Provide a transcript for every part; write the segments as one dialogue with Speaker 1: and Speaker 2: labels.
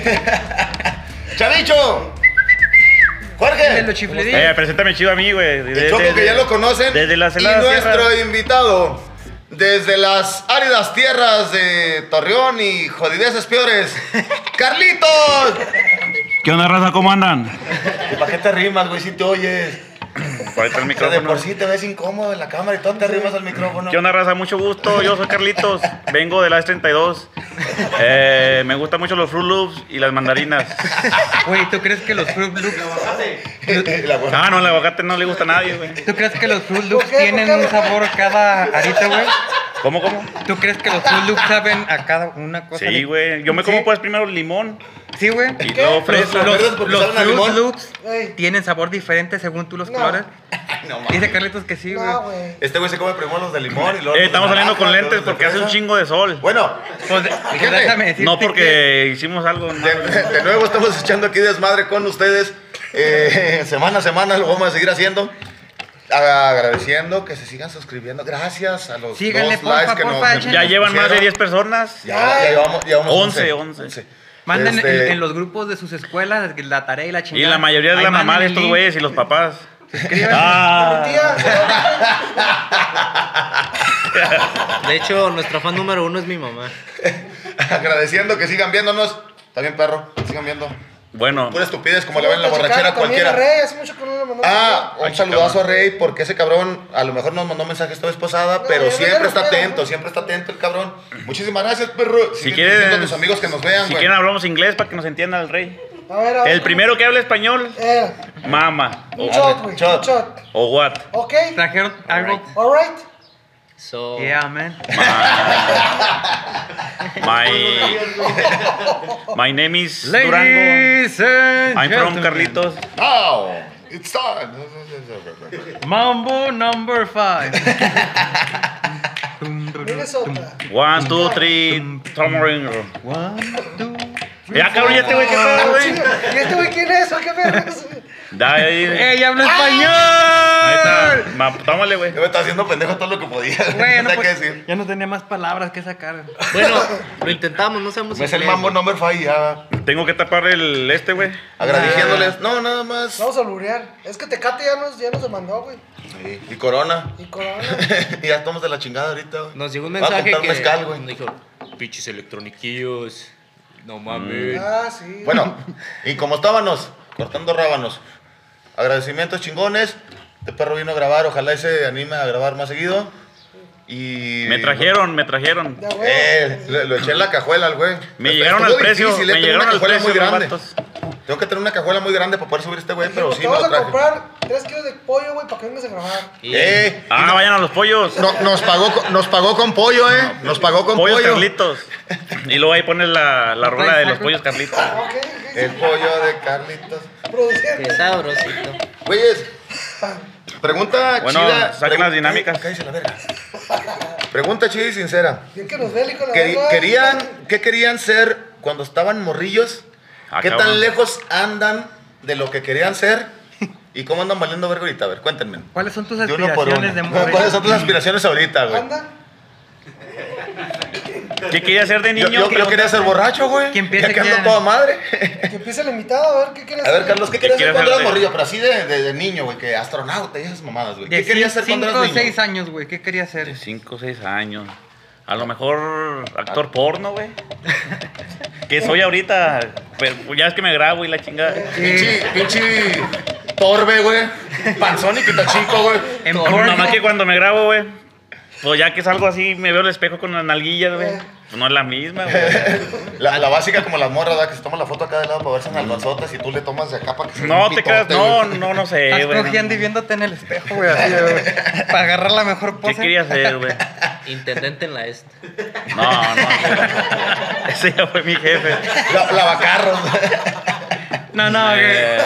Speaker 1: ¡Se ha dicho! Jorge,
Speaker 2: Lo
Speaker 1: el
Speaker 2: chiflidí.
Speaker 3: Eh, preséntame chido a mí, güey. De-
Speaker 1: Choco
Speaker 3: de-
Speaker 1: que ya lo conocen.
Speaker 3: Desde las
Speaker 1: y
Speaker 3: heladas
Speaker 1: nuestro
Speaker 3: tierras.
Speaker 1: invitado desde las áridas tierras de Torreón y jodideces peores, Carlitos.
Speaker 4: ¿Qué onda, raza? ¿Cómo andan?
Speaker 1: ¿Y para qué te rimas, güey, si te oyes? O
Speaker 3: Ahorita el
Speaker 1: sea, Este de
Speaker 3: micrófono.
Speaker 1: por sí te ves incómodo en la cámara y todo te rimas al micrófono.
Speaker 3: ¿Qué onda, raza? Mucho gusto. Yo soy Carlitos. Vengo de la S32. Eh, me gustan mucho los Fruit Loops y las mandarinas.
Speaker 2: Güey, ¿tú crees que los Fruit Loops...
Speaker 1: La güey.
Speaker 3: Ah, no, el aguacate no le gusta a nadie, güey.
Speaker 2: ¿Tú crees que los Fruit Loops tienen un sabor cada arita, güey?
Speaker 3: ¿Cómo, cómo?
Speaker 2: ¿Tú crees que los Fruit Loops saben a cada una cosa?
Speaker 3: Sí, güey. Yo me como
Speaker 2: ¿Sí?
Speaker 3: pues primero el limón
Speaker 2: Sí, güey.
Speaker 3: y luego
Speaker 2: Los,
Speaker 3: fresa.
Speaker 1: ¿Los verdes
Speaker 2: los,
Speaker 1: porque
Speaker 2: los
Speaker 1: saben a
Speaker 2: Fruit
Speaker 1: limón?
Speaker 2: Loops
Speaker 5: Güey.
Speaker 2: tienen sabor diferente según tú los
Speaker 5: No.
Speaker 2: colores.
Speaker 1: Ay, no mames.
Speaker 2: Dice Carlitos que sí, güey.
Speaker 5: No, güey.
Speaker 1: Este güey se come primero los de limón y luego.
Speaker 3: Eh,
Speaker 1: los
Speaker 3: estamos
Speaker 1: de
Speaker 3: saliendo
Speaker 1: naranja,
Speaker 3: con
Speaker 1: luego
Speaker 3: lentes
Speaker 1: los de
Speaker 3: porque hace un
Speaker 1: fresa.
Speaker 3: chingo de sol.
Speaker 1: Bueno,
Speaker 2: Pues, de-
Speaker 1: Fíjate,
Speaker 2: déjame decirte
Speaker 3: No porque hicimos algo. no.
Speaker 1: de, de nuevo estamos echando aquí desmadre con ustedes. Eh, semana a semana lo vamos a seguir haciendo. Agradeciendo que se sigan suscribiendo. Gracias a los
Speaker 2: Síganle,
Speaker 1: dos
Speaker 2: porfa,
Speaker 1: likes que
Speaker 2: porfa,
Speaker 1: nos,
Speaker 2: échenle.
Speaker 3: Ya
Speaker 1: nos
Speaker 3: llevan más de
Speaker 1: pusieron.
Speaker 3: 10 personas.
Speaker 1: Ya, ya llevamos, llevamos
Speaker 3: Once, once.
Speaker 2: Manden en-
Speaker 1: Este,
Speaker 2: en, los grupos de sus escuelas la tarea y la
Speaker 3: Y
Speaker 2: chingada.
Speaker 3: la mayoría de
Speaker 2: Ahí
Speaker 3: la mamá
Speaker 2: manden
Speaker 3: de
Speaker 2: el
Speaker 3: estos
Speaker 2: link.
Speaker 3: güeyes y los papás.
Speaker 2: Escriban.
Speaker 3: Ah.
Speaker 6: De hecho, nuestra fan número uno es mi mamá.
Speaker 1: Agradeciendo que sigan viéndonos. También, perro, sigan viendo.
Speaker 3: Bueno,
Speaker 1: Pura estupidez como le ven la
Speaker 5: Chicago
Speaker 1: borrachera a
Speaker 5: también,
Speaker 1: cualquiera.
Speaker 5: Rey, hace mucho que no lo mandó.
Speaker 1: Ah, un
Speaker 3: Ay,
Speaker 1: saludazo a Rey, porque ese cabrón a lo mejor nos mandó mensajes toda esposada,
Speaker 5: No,
Speaker 1: pero
Speaker 5: yo no
Speaker 1: siempre
Speaker 5: le
Speaker 1: está
Speaker 5: respeto,
Speaker 1: atento,
Speaker 5: ¿no?
Speaker 1: siempre está atento el cabrón. Muchísimas gracias, perro.
Speaker 3: si
Speaker 1: Sigue
Speaker 3: quieren.
Speaker 1: diciendo a tus amigos que nos vean,
Speaker 3: Si
Speaker 1: güey.
Speaker 3: quieren, hablamos inglés para que nos entienda el rey.
Speaker 5: A ver, a ver.
Speaker 3: El primero que habla español,
Speaker 5: Eh,
Speaker 3: mama.
Speaker 5: un
Speaker 3: O,
Speaker 5: shot, güey.
Speaker 1: shot.
Speaker 5: Un shot.
Speaker 3: o what.
Speaker 5: Ok.
Speaker 2: Trajeron algo.
Speaker 5: Alright.
Speaker 6: So,
Speaker 2: Yeah, man.
Speaker 3: My, my name is Durango.
Speaker 2: Ladies and
Speaker 3: I'm from
Speaker 2: gentlemen,
Speaker 3: Carlitos.
Speaker 1: Now, it's time.
Speaker 2: Mambo number five.
Speaker 5: Minnesota.
Speaker 3: One, two, three, Tomorrow.
Speaker 2: One, two, three,
Speaker 3: Ya, cabrón, ya te voy a quedar, güey.
Speaker 5: ¿Y este güey quién es? ¿O qué verga?
Speaker 3: Da ahí.
Speaker 2: ¡Ey, ya hablo
Speaker 3: Ahí
Speaker 2: español!
Speaker 3: está. Ma- Tómale, güey.
Speaker 1: Yo me estaba haciendo pendejo todo lo que podía.
Speaker 2: Bueno,
Speaker 1: no sé
Speaker 2: pues,
Speaker 1: qué decir.
Speaker 2: ya no tenía más palabras que sacar.
Speaker 6: bueno, lo intentamos, no sabemos
Speaker 1: Es el
Speaker 6: inglés,
Speaker 1: mambo
Speaker 6: güey.
Speaker 1: number five ya.
Speaker 3: Tengo que tapar el este, güey.
Speaker 1: Agradeciéndoles. No, nada más.
Speaker 5: Vamos a lurear. Es que Tecate ya nos, ya nos demandó, güey.
Speaker 1: Sí, Y corona.
Speaker 5: Y Corona.
Speaker 1: y ya estamos de la chingada ahorita, güey.
Speaker 6: Nos llegó un
Speaker 1: Voy a
Speaker 6: mensaje
Speaker 1: comprar
Speaker 6: que
Speaker 1: mezcal, güey.
Speaker 6: nos dijo, pinches electroniquillos, no
Speaker 1: Mm.
Speaker 6: mames.
Speaker 5: Ah, sí.
Speaker 1: Bueno, y como estábamos, cortando rábanos. Agradecimientos chingones. Este perro vino a grabar, ojalá y se anime a grabar más seguido. Y.
Speaker 3: Me trajeron, me trajeron.
Speaker 5: Ya, güey.
Speaker 1: Eh, le- lo eché en la cajuela al güey.
Speaker 3: Me llegaron al
Speaker 1: Estuvo
Speaker 3: precio,
Speaker 1: difícil, eh,
Speaker 3: me
Speaker 1: tengo
Speaker 3: llegaron
Speaker 1: una
Speaker 3: al
Speaker 1: cajuela
Speaker 3: precio,
Speaker 1: muy grande.
Speaker 3: vatos.
Speaker 1: Tengo que tener una cajuela muy grande para poder subir este güey, pero sí
Speaker 5: Te
Speaker 1: me lo
Speaker 5: vamos pues a
Speaker 1: traje.
Speaker 5: comprar 3 kilos de pollo, güey, para que vengas a grabar.
Speaker 6: Y-
Speaker 1: Eh,
Speaker 3: Ah, vayan a los pollos.
Speaker 1: no- nos, pagó, con- nos pagó con pollo, eh. Nos pagó con
Speaker 3: Pollos
Speaker 1: pollo.
Speaker 3: Carlitos. Y luego ahí pones la, la rola de los
Speaker 2: saco?
Speaker 3: pollos Carlitos.
Speaker 5: Ok,
Speaker 1: El pollo de Carlitos.
Speaker 6: Qué
Speaker 5: Produciendo.
Speaker 6: sabrosito.
Speaker 1: Güeyes, pregunta
Speaker 3: Bueno,
Speaker 1: chida.
Speaker 3: saquen
Speaker 1: pregun-
Speaker 3: las dinámicas.
Speaker 1: Ay, cállese la verga. Pregunta chida y sincera.
Speaker 5: Bien que nos ve, hijo, la
Speaker 1: Queri-
Speaker 5: verga.
Speaker 1: querían, ¿Qué querían ser cuando estaban morrillos?
Speaker 3: Ah,
Speaker 1: ¿Qué tan
Speaker 3: cabrón.
Speaker 1: lejos andan de lo que querían ser? ¿Y cómo andan valiendo verga ahorita? A ver, cuéntenme.
Speaker 2: ¿Cuáles son tus
Speaker 1: De uno por uno.
Speaker 2: aspiraciones de morro?
Speaker 1: ¿Cuáles son tus aspiraciones ahorita, güey?
Speaker 5: Anda.
Speaker 3: ¿Qué quería hacer de
Speaker 1: Yo,
Speaker 3: niño?
Speaker 1: yo, yo quería ser borracho, güey.
Speaker 2: Que empiece
Speaker 1: Ya que ando
Speaker 2: que-
Speaker 1: toda madre.
Speaker 5: Que empiece la invitada, a ver qué quieres
Speaker 1: A ver, Carlos, ¿qué
Speaker 3: ¿Qué
Speaker 1: querías ser
Speaker 3: quieres
Speaker 1: cuando
Speaker 3: ser
Speaker 1: eras
Speaker 3: de-
Speaker 1: morrillo? Pero así de, de- de niño, güey, que astronauta y esas mamadas, güey. ¿Qué
Speaker 2: De
Speaker 1: querías ser cuando
Speaker 2: 5
Speaker 1: eras
Speaker 2: o
Speaker 1: niño?
Speaker 2: 6 años, güey. ¿Qué querías hacer?
Speaker 3: 5 o 6 años. A lo mejor actor porno, güey. Que soy ahorita. Pero ya es que me grabo y la chingada.
Speaker 1: Pinche, pinche torbe, güey. Panzón y pita chico, güey.
Speaker 2: En
Speaker 3: Nomás
Speaker 2: porno.
Speaker 3: que cuando me grabo, güey. Pues ya que salgo así, me veo al espejo con las nalguillas, güey. Pues no es la misma, güey.
Speaker 1: La, la básica como las morras, ¿verdad? Que se toman la foto acá de lado para verse en almanzotas y tú le tomas de acá para que se vea
Speaker 3: No
Speaker 1: un
Speaker 3: te creas,
Speaker 1: pitote,
Speaker 3: no,
Speaker 1: güey.
Speaker 3: no, no sé,
Speaker 2: Estás
Speaker 3: güey.
Speaker 2: cogiendo y viéndote en el espejo, güey. así, güey, Para agarrar la mejor
Speaker 3: ¿Qué
Speaker 2: pose.
Speaker 3: quería hacer, güey?
Speaker 6: Intendente en la esta.
Speaker 3: No, no. güey. Ese ya fue mi jefe.
Speaker 1: La, la vacarro.
Speaker 2: No, no, güey.
Speaker 3: Eh,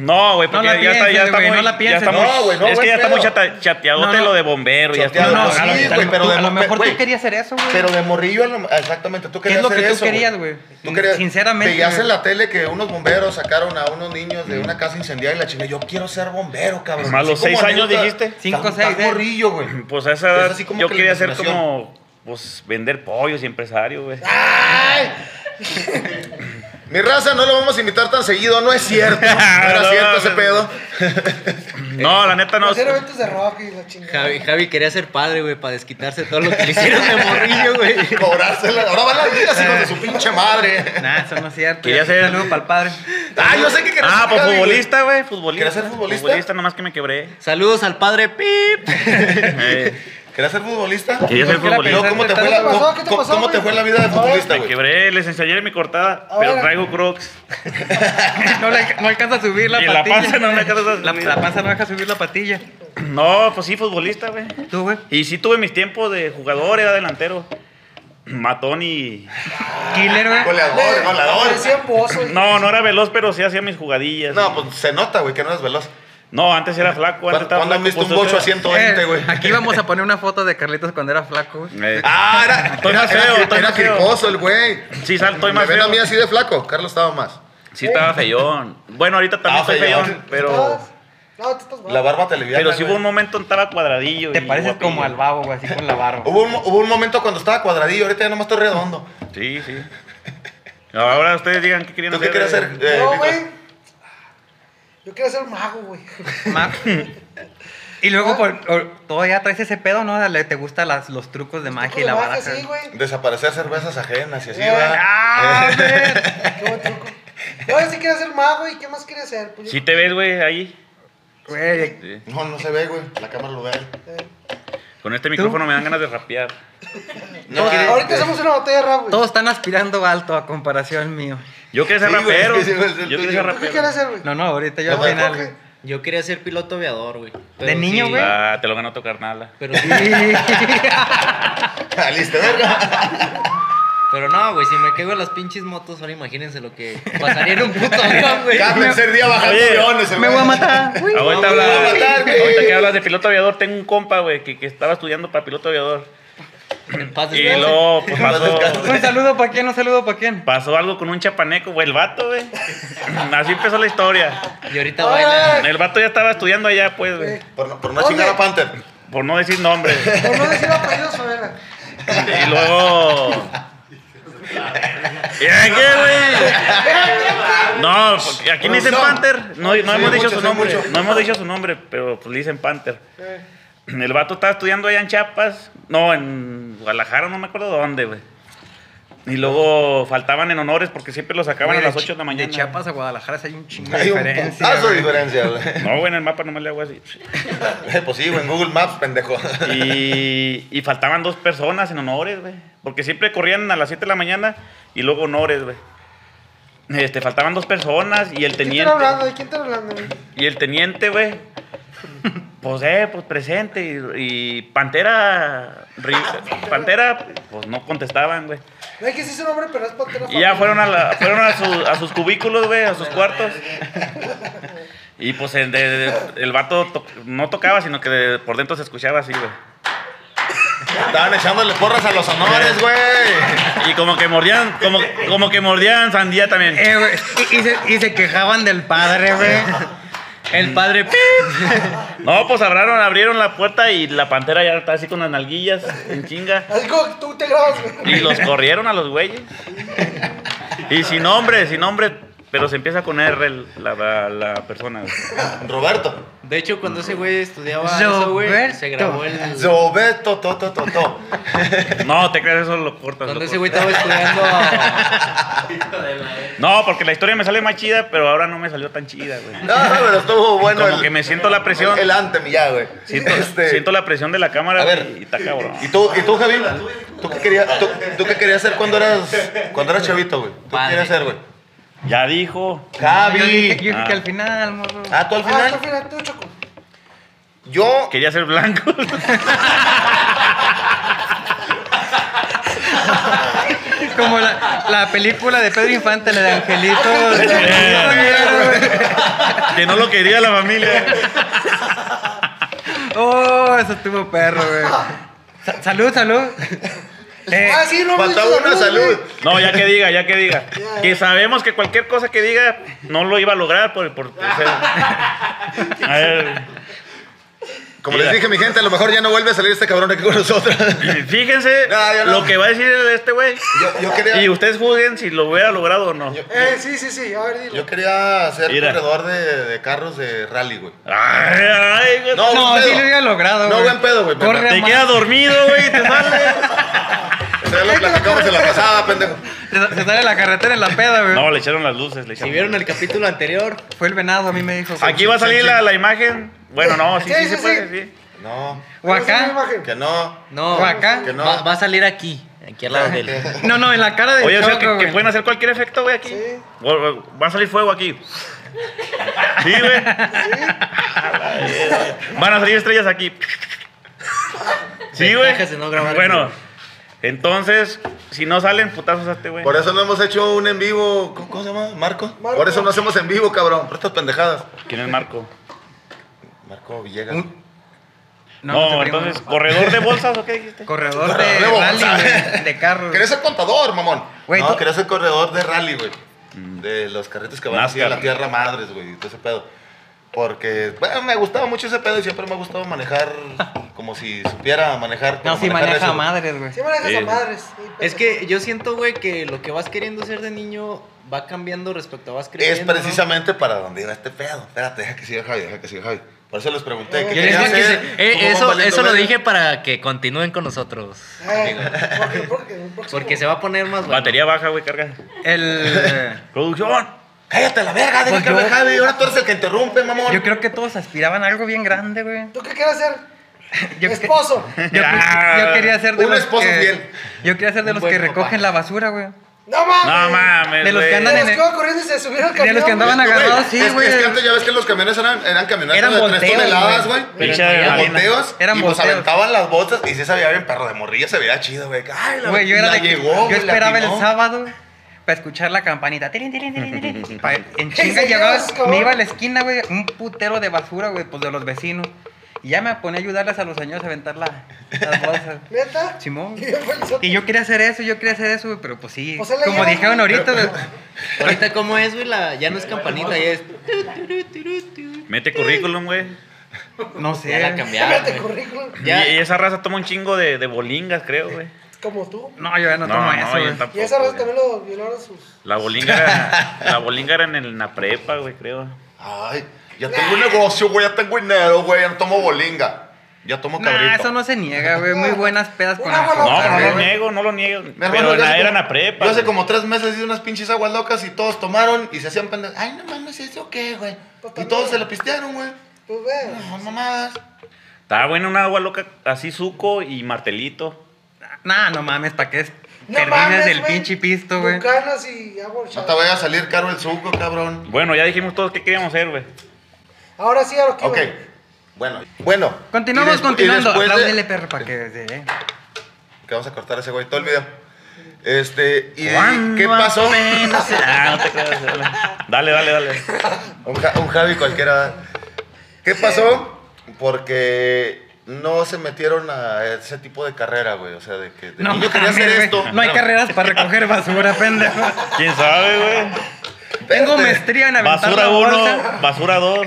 Speaker 3: No, güey, porque
Speaker 2: No la
Speaker 3: ya está, ya
Speaker 2: pienses,
Speaker 3: está
Speaker 2: güey,
Speaker 3: muy,
Speaker 2: no la pienses.
Speaker 3: ya está muy-
Speaker 1: No, güey, no,
Speaker 3: es que
Speaker 1: buen
Speaker 3: ya está muy
Speaker 1: pedo.
Speaker 3: chata- chateadote
Speaker 2: No, no.
Speaker 3: lo de bombero y ya está.
Speaker 1: Chateado,
Speaker 2: No, no,
Speaker 3: Ah,
Speaker 2: sí,
Speaker 3: la-
Speaker 2: güey,
Speaker 3: tal-
Speaker 1: pero
Speaker 2: tú-
Speaker 1: de
Speaker 2: a lo
Speaker 1: mo-
Speaker 2: mejor
Speaker 1: güey.
Speaker 2: tú querías hacer eso, güey.
Speaker 1: Pero de morrillo, a lo- exactamente, tú
Speaker 2: ¿Qué
Speaker 1: querías
Speaker 2: es lo
Speaker 1: hacer
Speaker 2: que tú
Speaker 1: eso,
Speaker 2: querías, güey?
Speaker 1: Tú querías,
Speaker 2: Sinceramente.
Speaker 1: Veías
Speaker 2: güey.
Speaker 1: en la tele que unos bomberos sacaron a unos niños de una casa incendiada y la chinga, yo quiero ser bombero, cabrón.
Speaker 3: A Mm. los
Speaker 1: Así como
Speaker 3: seis años
Speaker 1: neta,
Speaker 3: dijiste.
Speaker 1: estás-
Speaker 2: Cinco,
Speaker 1: estás
Speaker 2: seis, ¿eh?
Speaker 1: morrillo, güey.
Speaker 3: Pues a esa edad
Speaker 1: Es así como
Speaker 3: yo
Speaker 1: que la
Speaker 3: quería ser
Speaker 1: imaginación. Ah,
Speaker 3: como pues vender pollos y empresario, güey.
Speaker 1: Mi raza, no lo vamos a invitar tan seguido, no es cierto. No era
Speaker 3: No
Speaker 1: cierto ese
Speaker 3: mames.
Speaker 1: pedo.
Speaker 3: No, la neta no.
Speaker 5: Hacer eventos de rock y la chingada.
Speaker 6: Javi, Javi quería ser padre, güey, para desquitarse todo lo que le hicieron de morrillo, güey.
Speaker 1: Cobrársela. Ahora van las ligas, hijos de
Speaker 3: Eh.
Speaker 1: su pinche madre.
Speaker 2: Nah, eso no es cierto.
Speaker 3: Quería ser-
Speaker 2: Saludo para el padre.
Speaker 1: Ah, yo sé que querías
Speaker 3: Ah,
Speaker 1: ser
Speaker 3: pues
Speaker 1: Javi, güey.
Speaker 3: futbolista, güey. Futbolista.
Speaker 1: ¿Quieres ser futbolista?
Speaker 3: Futbolista, nomás que me quebré.
Speaker 6: Saludos al padre Pip.
Speaker 3: Eh,
Speaker 1: ¿Querías ser futbolista?
Speaker 3: Quería ser
Speaker 1: Y luego,
Speaker 3: futbolista.
Speaker 1: ¿cómo te
Speaker 2: ¿Qué
Speaker 1: fue
Speaker 2: te
Speaker 1: la,
Speaker 5: pasó? ¿Qué te
Speaker 1: cómo-
Speaker 5: pasó,
Speaker 1: cómo te
Speaker 5: güey?
Speaker 1: fue la vida de futbolista,
Speaker 3: Me
Speaker 1: güey?
Speaker 3: quebré, les enseñé mi cortada,
Speaker 5: A
Speaker 3: pero
Speaker 5: ver.
Speaker 3: traigo crocs.
Speaker 2: No, le- no alcanza a subir la
Speaker 3: Y en la
Speaker 2: patilla.
Speaker 3: panza no me alcanza a
Speaker 2: La,
Speaker 3: subir.
Speaker 2: la panza no deja subir la patilla.
Speaker 3: No, pues sí, futbolista, güey.
Speaker 2: Tú, güey.
Speaker 3: Y sí tuve mis tiempos de jugador, era delantero. Matón y...
Speaker 2: Killer, güey.
Speaker 1: Goleador, goleador.
Speaker 5: Parecían pozos.
Speaker 3: No, no era veloz, pero sí hacía mis jugadillas.
Speaker 1: No, pues se nota, güey, que no eres veloz.
Speaker 3: No, antes era flaco, antes
Speaker 1: ¿Cuándo
Speaker 3: estaba
Speaker 1: cuándo han visto
Speaker 3: flaco.
Speaker 1: un
Speaker 3: pues,
Speaker 1: bocho a
Speaker 3: era-
Speaker 1: 120, güey?
Speaker 2: Eh, Aquí vamos a poner una foto de Carlitos cuando era flaco, güey.
Speaker 3: Eh,
Speaker 1: Ah, era,
Speaker 3: Estoy
Speaker 1: era,
Speaker 3: más feo,
Speaker 1: era,
Speaker 3: estoy
Speaker 1: era
Speaker 3: más feo.
Speaker 1: cricoso el güey.
Speaker 3: Sí, sal, estoy
Speaker 1: Me
Speaker 3: más
Speaker 1: ven a mí
Speaker 3: feo.
Speaker 1: así de flaco. Carlos estaba más.
Speaker 3: Sí estaba feyón. Bueno, ahorita también
Speaker 1: Estaba
Speaker 3: estoy
Speaker 1: feyón.
Speaker 3: feyón, pero...
Speaker 5: No, tú estás mal.
Speaker 1: La barba televidente.
Speaker 3: Pero sí hubo un momento en estaba cuadradillo.
Speaker 2: Te
Speaker 3: y
Speaker 2: pareces
Speaker 3: guapillo.
Speaker 2: como al babo, güey, así con la barba.
Speaker 1: Hubo un, hubo un momento cuando estaba cuadradillo, ahorita ya nomás estoy redondo.
Speaker 3: Sí, sí. Ahora ustedes digan qué querían
Speaker 1: ¿Tú qué
Speaker 3: hacer.
Speaker 1: quieres
Speaker 3: eh.
Speaker 1: hacer? eh,
Speaker 5: No,
Speaker 1: Nicolás?
Speaker 5: güey. Yo quiero ser mago, güey.
Speaker 2: Ma- Y luego, por, por- todavía traes ese pedo, ¿no? Dale, Te gustan las- los trucos de magia y la
Speaker 5: baraja.
Speaker 2: baraja.
Speaker 5: Sí, güey.
Speaker 1: Desaparecer cervezas ajenas y así,
Speaker 5: Eh,
Speaker 1: va. Eh,
Speaker 2: ¡Ah, ver!
Speaker 5: Qué buen truco. No, yo sí quiero ser mago y ¿qué más quieres ser? Pues yo-
Speaker 3: Sí te ves, güey, ahí.
Speaker 2: Güey,
Speaker 3: Sí.
Speaker 1: No, no se ve, güey. La cámara lo ve. ahí.
Speaker 5: Eh,
Speaker 3: Con este micrófono me dan ganas de rapear.
Speaker 1: No, eh,
Speaker 5: ah,
Speaker 1: quiere-
Speaker 5: Ahorita hacemos una batalla de rap, güey.
Speaker 2: todos están aspirando alto a comparación mío.
Speaker 3: Yo quería ser
Speaker 1: Sí, güey,
Speaker 3: rapero.
Speaker 1: es que sí, güey, es el
Speaker 3: Yo quería
Speaker 1: tuyo.
Speaker 3: ser
Speaker 5: ¿Tú qué quieres
Speaker 3: rapero.
Speaker 5: ser, güey?
Speaker 2: No, no, ahorita yo
Speaker 1: No,
Speaker 2: al
Speaker 1: güey,
Speaker 2: final.
Speaker 5: ¿por
Speaker 2: güey.
Speaker 5: qué?
Speaker 6: Yo quería ser piloto aviador, güey.
Speaker 2: ¿De
Speaker 6: Pero
Speaker 2: niño,
Speaker 6: sí,
Speaker 2: güey?
Speaker 3: Ah, te lo ganó tu carnala.
Speaker 6: Pero,
Speaker 1: Ah, listo, verga.
Speaker 6: pero no, güey, si me caigo en las pinches motos, ahora imagínense lo que pasaría en un puto avión, güey.
Speaker 1: Cada tercer día bajando
Speaker 3: Oye,
Speaker 1: aviones, el
Speaker 2: Me
Speaker 1: güey.
Speaker 2: voy a matar. güey.
Speaker 3: Ahorita,
Speaker 1: vamos,
Speaker 3: habla-
Speaker 1: vamos a matar, güey.
Speaker 3: ahorita que hablas de piloto aviador, tengo un compa, güey, que, que estaba estudiando para piloto aviador.
Speaker 6: En paz
Speaker 3: Y
Speaker 6: descanse.
Speaker 3: luego pues,
Speaker 1: Más
Speaker 3: pasó,
Speaker 1: descanso.
Speaker 2: Un
Speaker 5: Eh,
Speaker 2: saludo para quién, un saludo para quién.
Speaker 3: pasó algo con un chapaneco, güey, el vato, güey. Así empezó la historia.
Speaker 6: Y ahorita baila.
Speaker 3: El vato ya estaba estudiando allá, pues, güey.
Speaker 1: Por no, por no
Speaker 5: ¿Dónde?
Speaker 1: chingar a Panther.
Speaker 3: Por no decir nombres.
Speaker 5: Por no decir apellidos, Favela.
Speaker 3: Y luego. ¿Ya qué, güey? No, porque
Speaker 1: Producción.
Speaker 3: aquí me dicen Panther. No, no hemos dicho
Speaker 1: mucho,
Speaker 3: su
Speaker 1: soy
Speaker 3: nombre.
Speaker 1: mucho.
Speaker 3: No hemos dicho su nombre, pero pues le dicen Panther. El vato estaba estudiando allá en Chiapas. No, en Guadalajara, no me acuerdo dónde, güey. Y luego faltaban en honores porque siempre los sacaban
Speaker 2: Güey,
Speaker 3: a las
Speaker 2: de
Speaker 3: 8 de la
Speaker 2: Chi-
Speaker 3: mañana.
Speaker 2: De Chiapas a Guadalajara sí hay un chingo de
Speaker 1: Hay un
Speaker 2: diferencia.
Speaker 1: putazo de
Speaker 2: güey.
Speaker 1: diferencia, güey.
Speaker 3: No, güey, en el mapa nomás le hago así.
Speaker 1: Eh, Pues sí, güey, en Google Maps, pendejo.
Speaker 3: Y, y faltaban dos personas en honores, güey. Porque siempre corrían a las 7 de la mañana y luego honores, güey. Este, faltaban dos personas y el
Speaker 5: ¿Quién está hablando?
Speaker 3: teniente.
Speaker 5: ¿De quién está hablando? güey?
Speaker 3: Y el teniente, güey. Pues, eh, pues presente. Y, y Pantera. ri- Pantera, pues no contestaban, güey.
Speaker 5: No hay que decir su nombre, pero es Pantera
Speaker 3: Y ya
Speaker 5: Favela.
Speaker 3: fueron a, la- fueron a, su- a sus cubículos, güey, a sus cuartos. Y pues el, de- el vato to- no tocaba, sino que de- por dentro se escuchaba así, güey.
Speaker 1: Estaban echándole porras a los honores, güey.
Speaker 3: Y como que mordían, como, como que mordían sandía también.
Speaker 2: Eh, güey, y, y se, y se quejaban del padre, güey.
Speaker 6: El padre Pip.
Speaker 3: No, pues abrieron, abrieron la puerta y la pantera ya está así con las nalguillas, en chinga.
Speaker 5: Así como tú te grabas, güey.
Speaker 3: Y los corrieron a los güeyes. Y sin nombre, sin nombre, pero se empieza con R el- la, la- la persona. güey.
Speaker 1: Roberto.
Speaker 6: De hecho, cuando ese güey estudiaba eso, güey,
Speaker 2: Roberto.
Speaker 6: se grabó el.
Speaker 1: Roberto, to, to, to, to.
Speaker 3: No, te creas, eso lo cortas.
Speaker 6: Cuando
Speaker 3: lo
Speaker 6: ese güey
Speaker 3: cortas.
Speaker 6: estaba estudiando.
Speaker 3: No, porque la historia me sale más chida, pero ahora no me salió tan chida, güey.
Speaker 1: No, pero estuvo bueno
Speaker 3: Como
Speaker 1: el,
Speaker 3: que me siento la presión.
Speaker 1: el anthem ya, güey.
Speaker 3: Siento,
Speaker 1: Este,
Speaker 3: siento la presión de la cámara
Speaker 1: A ver.
Speaker 3: y está cabrón.
Speaker 1: ¿Y tú, y tú Javi? ¿Tú qué querías, tú, tú qué querías hacer cuando eras, cuando eras chavito, güey? ¿Tú qué
Speaker 6: Padre.
Speaker 1: querías hacer, güey?
Speaker 3: Ya dijo.
Speaker 2: Yo dije,
Speaker 1: Javi.
Speaker 2: yo dije que
Speaker 3: Ah.
Speaker 2: al final, morro.
Speaker 1: Ah, tú al
Speaker 5: Ah, está
Speaker 1: final.
Speaker 5: final, tú, Choco.
Speaker 1: Yo,
Speaker 3: Quería ser blanco.
Speaker 2: Como la, la película de Pedro Infante, la de Angelito.
Speaker 3: que no lo quería la familia.
Speaker 2: Oh, eso estuvo perro, güey. Sa- salud, salud. Eh,
Speaker 5: Ah, sí, no hemos
Speaker 1: faltaba
Speaker 5: dicho
Speaker 1: una salud.
Speaker 5: güey.
Speaker 3: No, ya que diga, ya que diga. Que sabemos que cualquier cosa que diga
Speaker 1: Ah,
Speaker 3: no lo iba a lograr por, por- por ser- A ver.
Speaker 1: Como les dije, mi gente, a lo mejor ya no vuelve a salir este cabrón aquí con nosotros.
Speaker 3: Fíjense
Speaker 1: No, yo no.
Speaker 3: lo que va a decir este güey.
Speaker 1: Yo, yo quería,
Speaker 3: Y ustedes juzguen si lo hubiera logrado o no.
Speaker 1: yo-
Speaker 5: Eh, sí, sí, sí, a ver, dilo.
Speaker 1: yo quería ser
Speaker 3: Mira.
Speaker 1: corredor de, de carros de rally, güey.
Speaker 3: Ay, ay, güey.
Speaker 1: No,
Speaker 2: No,
Speaker 1: buen
Speaker 2: sí
Speaker 1: pedo.
Speaker 2: lo hubiera logrado.
Speaker 1: No, buen pedo, güey, pero
Speaker 2: Corre
Speaker 3: te
Speaker 2: más.
Speaker 3: quedas dormido, güey, te sale.
Speaker 1: Eso ya lo platicamos en la pasada, pendejo.
Speaker 2: Se- Se sale la carretera en la peda, güey.
Speaker 3: No, le echaron las luces. Le
Speaker 6: Si
Speaker 3: echaron.
Speaker 6: vieron el capítulo anterior,
Speaker 2: Fue el venado, a mí me dijo.
Speaker 3: Aquí va a salir la, la imagen. Bueno, no, sí,
Speaker 5: Sí,
Speaker 3: sí,
Speaker 5: sí,
Speaker 3: se
Speaker 5: sí.
Speaker 3: puede. Sí.
Speaker 1: No,
Speaker 2: O
Speaker 5: Esa es la
Speaker 2: acá.
Speaker 5: imagen.
Speaker 1: que no.
Speaker 6: no.
Speaker 2: ¿O acá?
Speaker 1: Que no.
Speaker 6: Va, va a salir aquí, aquí al lado del.
Speaker 2: No, no, en la cara de
Speaker 3: Oye, o sea,
Speaker 2: Choco,
Speaker 3: que, que
Speaker 2: güey.
Speaker 3: pueden hacer cualquier efecto, güey, aquí.
Speaker 5: Sí.
Speaker 3: O- o- Va a salir fuego aquí. Sí, güey. Van a salir estrellas aquí. Sí, güey.
Speaker 6: Ventajas de no grabar.
Speaker 3: Bueno, entonces, si no salen, putazos a este, güey.
Speaker 1: Por eso no hemos hecho un en vivo. ¿Cómo, cómo se llama? ¿Marco?
Speaker 5: Marco.
Speaker 1: Por eso no hacemos en vivo, cabrón. Por estas pendejadas.
Speaker 3: ¿Quién es Marco?
Speaker 1: Marco Villegas.
Speaker 2: Un-
Speaker 3: No,
Speaker 2: te primo,
Speaker 3: entonces, ¿corredor de bolsas o qué dijiste?
Speaker 2: Corredor de
Speaker 1: Corredor de
Speaker 2: rally,
Speaker 1: bolsa.
Speaker 2: güey, de carros.
Speaker 1: Quería ser contador, mamón.
Speaker 2: Güey,
Speaker 1: no,
Speaker 2: tú-
Speaker 1: quería ser corredor de rally, güey. De los carritos que van así a la
Speaker 3: NASCAR.
Speaker 1: tierra madres, güey. y Todo ese pedo. Porque bueno, me gustaba mucho ese pedo y siempre me ha gustado manejar como si supiera manejar. pero
Speaker 2: No, sí
Speaker 1: manejar
Speaker 2: maneja
Speaker 1: eso, güey.
Speaker 2: madres, güey.
Speaker 5: Sí manejas a
Speaker 3: Sí.
Speaker 5: madres. sí,
Speaker 6: Es
Speaker 5: pero-
Speaker 6: que yo siento, güey, que lo que vas queriendo ser de niño va cambiando respecto a vas
Speaker 1: Es
Speaker 6: creciendo. ¿no?
Speaker 1: precisamente para donde iba este pedo. Espérate, deja que siga Javi, deja que siga Javi. Por eso les pregunté. ¿qué
Speaker 5: Yo
Speaker 6: Eh, Yo
Speaker 1: querían
Speaker 6: les digo que
Speaker 1: hacer?
Speaker 6: sí. Eh,
Speaker 1: ¿Cómo van
Speaker 6: eso
Speaker 1: valiendo
Speaker 6: eso lo
Speaker 1: verga?
Speaker 6: dije para que continúen con nosotros.
Speaker 5: Eh, porque, porque, en un próximo-
Speaker 6: Porque se va a poner más bueno.
Speaker 3: Batería baja, güey, carga.
Speaker 2: El, eh,
Speaker 3: Producción.
Speaker 1: Cállate a la verga, deja
Speaker 2: Pues
Speaker 1: que hable
Speaker 2: yo-
Speaker 1: Javi. Ahora tú eres el que interrumpe, mamón.
Speaker 2: yo creo que todos aspiraban a algo bien grande, güey.
Speaker 5: ¿Tú qué quieres hacer?
Speaker 2: Yo, que-
Speaker 5: Esposo.
Speaker 2: yo, que- yo quería ser de
Speaker 1: Un
Speaker 2: los
Speaker 1: esposo
Speaker 2: que,
Speaker 1: fiel.
Speaker 2: Yo quería ser de
Speaker 6: Un
Speaker 2: los
Speaker 6: buen
Speaker 2: que recogen
Speaker 6: papá.
Speaker 2: la basura, güey.
Speaker 5: No mames.
Speaker 3: No mames,
Speaker 2: De los que
Speaker 3: güey.
Speaker 2: andan
Speaker 5: De
Speaker 2: en-
Speaker 5: los que iban corriendo y se subieron al
Speaker 2: de los
Speaker 5: camión.
Speaker 2: que andaban
Speaker 5: güey.
Speaker 1: Güey,
Speaker 2: agarrados, sí,
Speaker 1: es que-
Speaker 2: güey.
Speaker 1: Es que antes ya ves que los camiones eran, eran camionetas
Speaker 2: Eran
Speaker 1: de tres
Speaker 2: volteos,
Speaker 1: toneladas,
Speaker 2: güey.
Speaker 1: güey.
Speaker 3: Pinche
Speaker 1: Eran
Speaker 3: adrenalina.
Speaker 1: volteos.
Speaker 2: Eran
Speaker 1: y nos
Speaker 2: volteos.
Speaker 1: aventaban las bolsas y sí se veía bien perro de morrillo, se veía chido, güey. Ay, la,
Speaker 2: Güey, yo era
Speaker 1: la
Speaker 2: de que-
Speaker 1: llegó,
Speaker 2: Yo
Speaker 1: güey, la
Speaker 2: esperaba el
Speaker 1: atinó.
Speaker 2: sábado para escuchar la campanita. Tirin, tirin, tirin, tirin. Pa- en chinga
Speaker 5: Ese
Speaker 2: llegaba,
Speaker 5: Dios, cabrón.
Speaker 2: me iba a la esquina, güey, un putero de basura, güey, pues de los vecinos. Y ya me ponía a ayudarles a los señores a aventar la, las bolsas.
Speaker 5: ¿Neta?
Speaker 2: Simón.
Speaker 5: Y yo pensé-
Speaker 2: Y yo quería hacer eso, yo quería hacer eso, güey, pero pues sí.
Speaker 5: Pues él la
Speaker 2: como
Speaker 5: lleva,
Speaker 2: dijeron
Speaker 5: güey.
Speaker 2: ahorita, güey.
Speaker 6: Ahorita, ¿cómo es, güey? La- Ya no es campanita, ya es.
Speaker 3: Mete currículum, güey.
Speaker 2: No sé.
Speaker 6: Ya la cambiaron.
Speaker 5: Espérate,
Speaker 6: güey.
Speaker 5: currículum.
Speaker 6: Ya.
Speaker 3: Y, y esa raza toma un chingo de, de bolingas, creo, güey.
Speaker 5: Como tú.
Speaker 2: No, yo ya no tomo eso,
Speaker 3: yo
Speaker 2: güey.
Speaker 3: tampoco,
Speaker 5: Y esa raza
Speaker 3: güey.
Speaker 5: también lo violaron sus.
Speaker 3: La bolinga era, la bolinga era en, el- en la prepa, güey, creo.
Speaker 1: Ay, ya tengo un negocio, güey, ya tengo dinero, güey, ya no tomo bolinga. Ya tomo cabrito.
Speaker 2: Nah, eso no se niega, güey. Muy buenas pedas con
Speaker 5: Una
Speaker 2: alcohol,
Speaker 3: No,
Speaker 5: buena
Speaker 1: Ah,
Speaker 3: pero no
Speaker 2: güey.
Speaker 3: lo niego, no lo niego.
Speaker 1: Mi hermano,
Speaker 3: Pero
Speaker 1: yo hace
Speaker 3: na- era en
Speaker 1: como-
Speaker 3: la prepa.
Speaker 1: Yo hace
Speaker 3: güey.
Speaker 1: como tres meses hice unas pinches aguas locas y todos tomaron y se hacían pendejos. Ay, no mames, ¿eso qué, güey? Y todos se lo pistearon, güey.
Speaker 5: Pues ve.
Speaker 1: No, mamadas.
Speaker 3: Estaba bueno una agua loca, así suco y martelito.
Speaker 2: Nah, no mames, ¿para qué es?
Speaker 5: No
Speaker 2: Terminas
Speaker 5: mames,
Speaker 2: del
Speaker 5: güey.
Speaker 2: pinche pisto, güey.
Speaker 5: Bucanas y agua
Speaker 1: No
Speaker 5: horchata.
Speaker 1: te vaya a salir caro el suco, cabrón.
Speaker 3: Bueno, ya dijimos todos qué queríamos hacer, güey.
Speaker 5: Ahora sí, a lo que
Speaker 1: Ok.
Speaker 5: iba.
Speaker 1: Bueno. Bueno.
Speaker 2: Continuamos,
Speaker 1: Y despu- y
Speaker 2: continuando.
Speaker 1: después de-
Speaker 2: Apláudele, perro, para que se eh.
Speaker 1: Que vamos a cortar ese güey todo el video. Este, ¿y qué
Speaker 3: Cuando
Speaker 1: pasó?
Speaker 3: apenas- Ah, no te creas, dale. Dale, dale, dale.
Speaker 1: Un, Ja- un Javi cualquiera. ¿Qué pasó? Porque no se metieron a ese tipo de carrera, güey. O sea, de que de niño quería
Speaker 2: mames,
Speaker 1: hacer
Speaker 2: güey.
Speaker 1: esto.
Speaker 2: No hay
Speaker 1: Espérame.
Speaker 2: carreras para recoger basura, pendejo.
Speaker 3: ¿Quién sabe, güey?
Speaker 2: Tengo
Speaker 1: Espérate.
Speaker 2: maestría en aventar
Speaker 3: Basura
Speaker 2: la
Speaker 3: 1,
Speaker 2: bolsa.
Speaker 3: basura 2.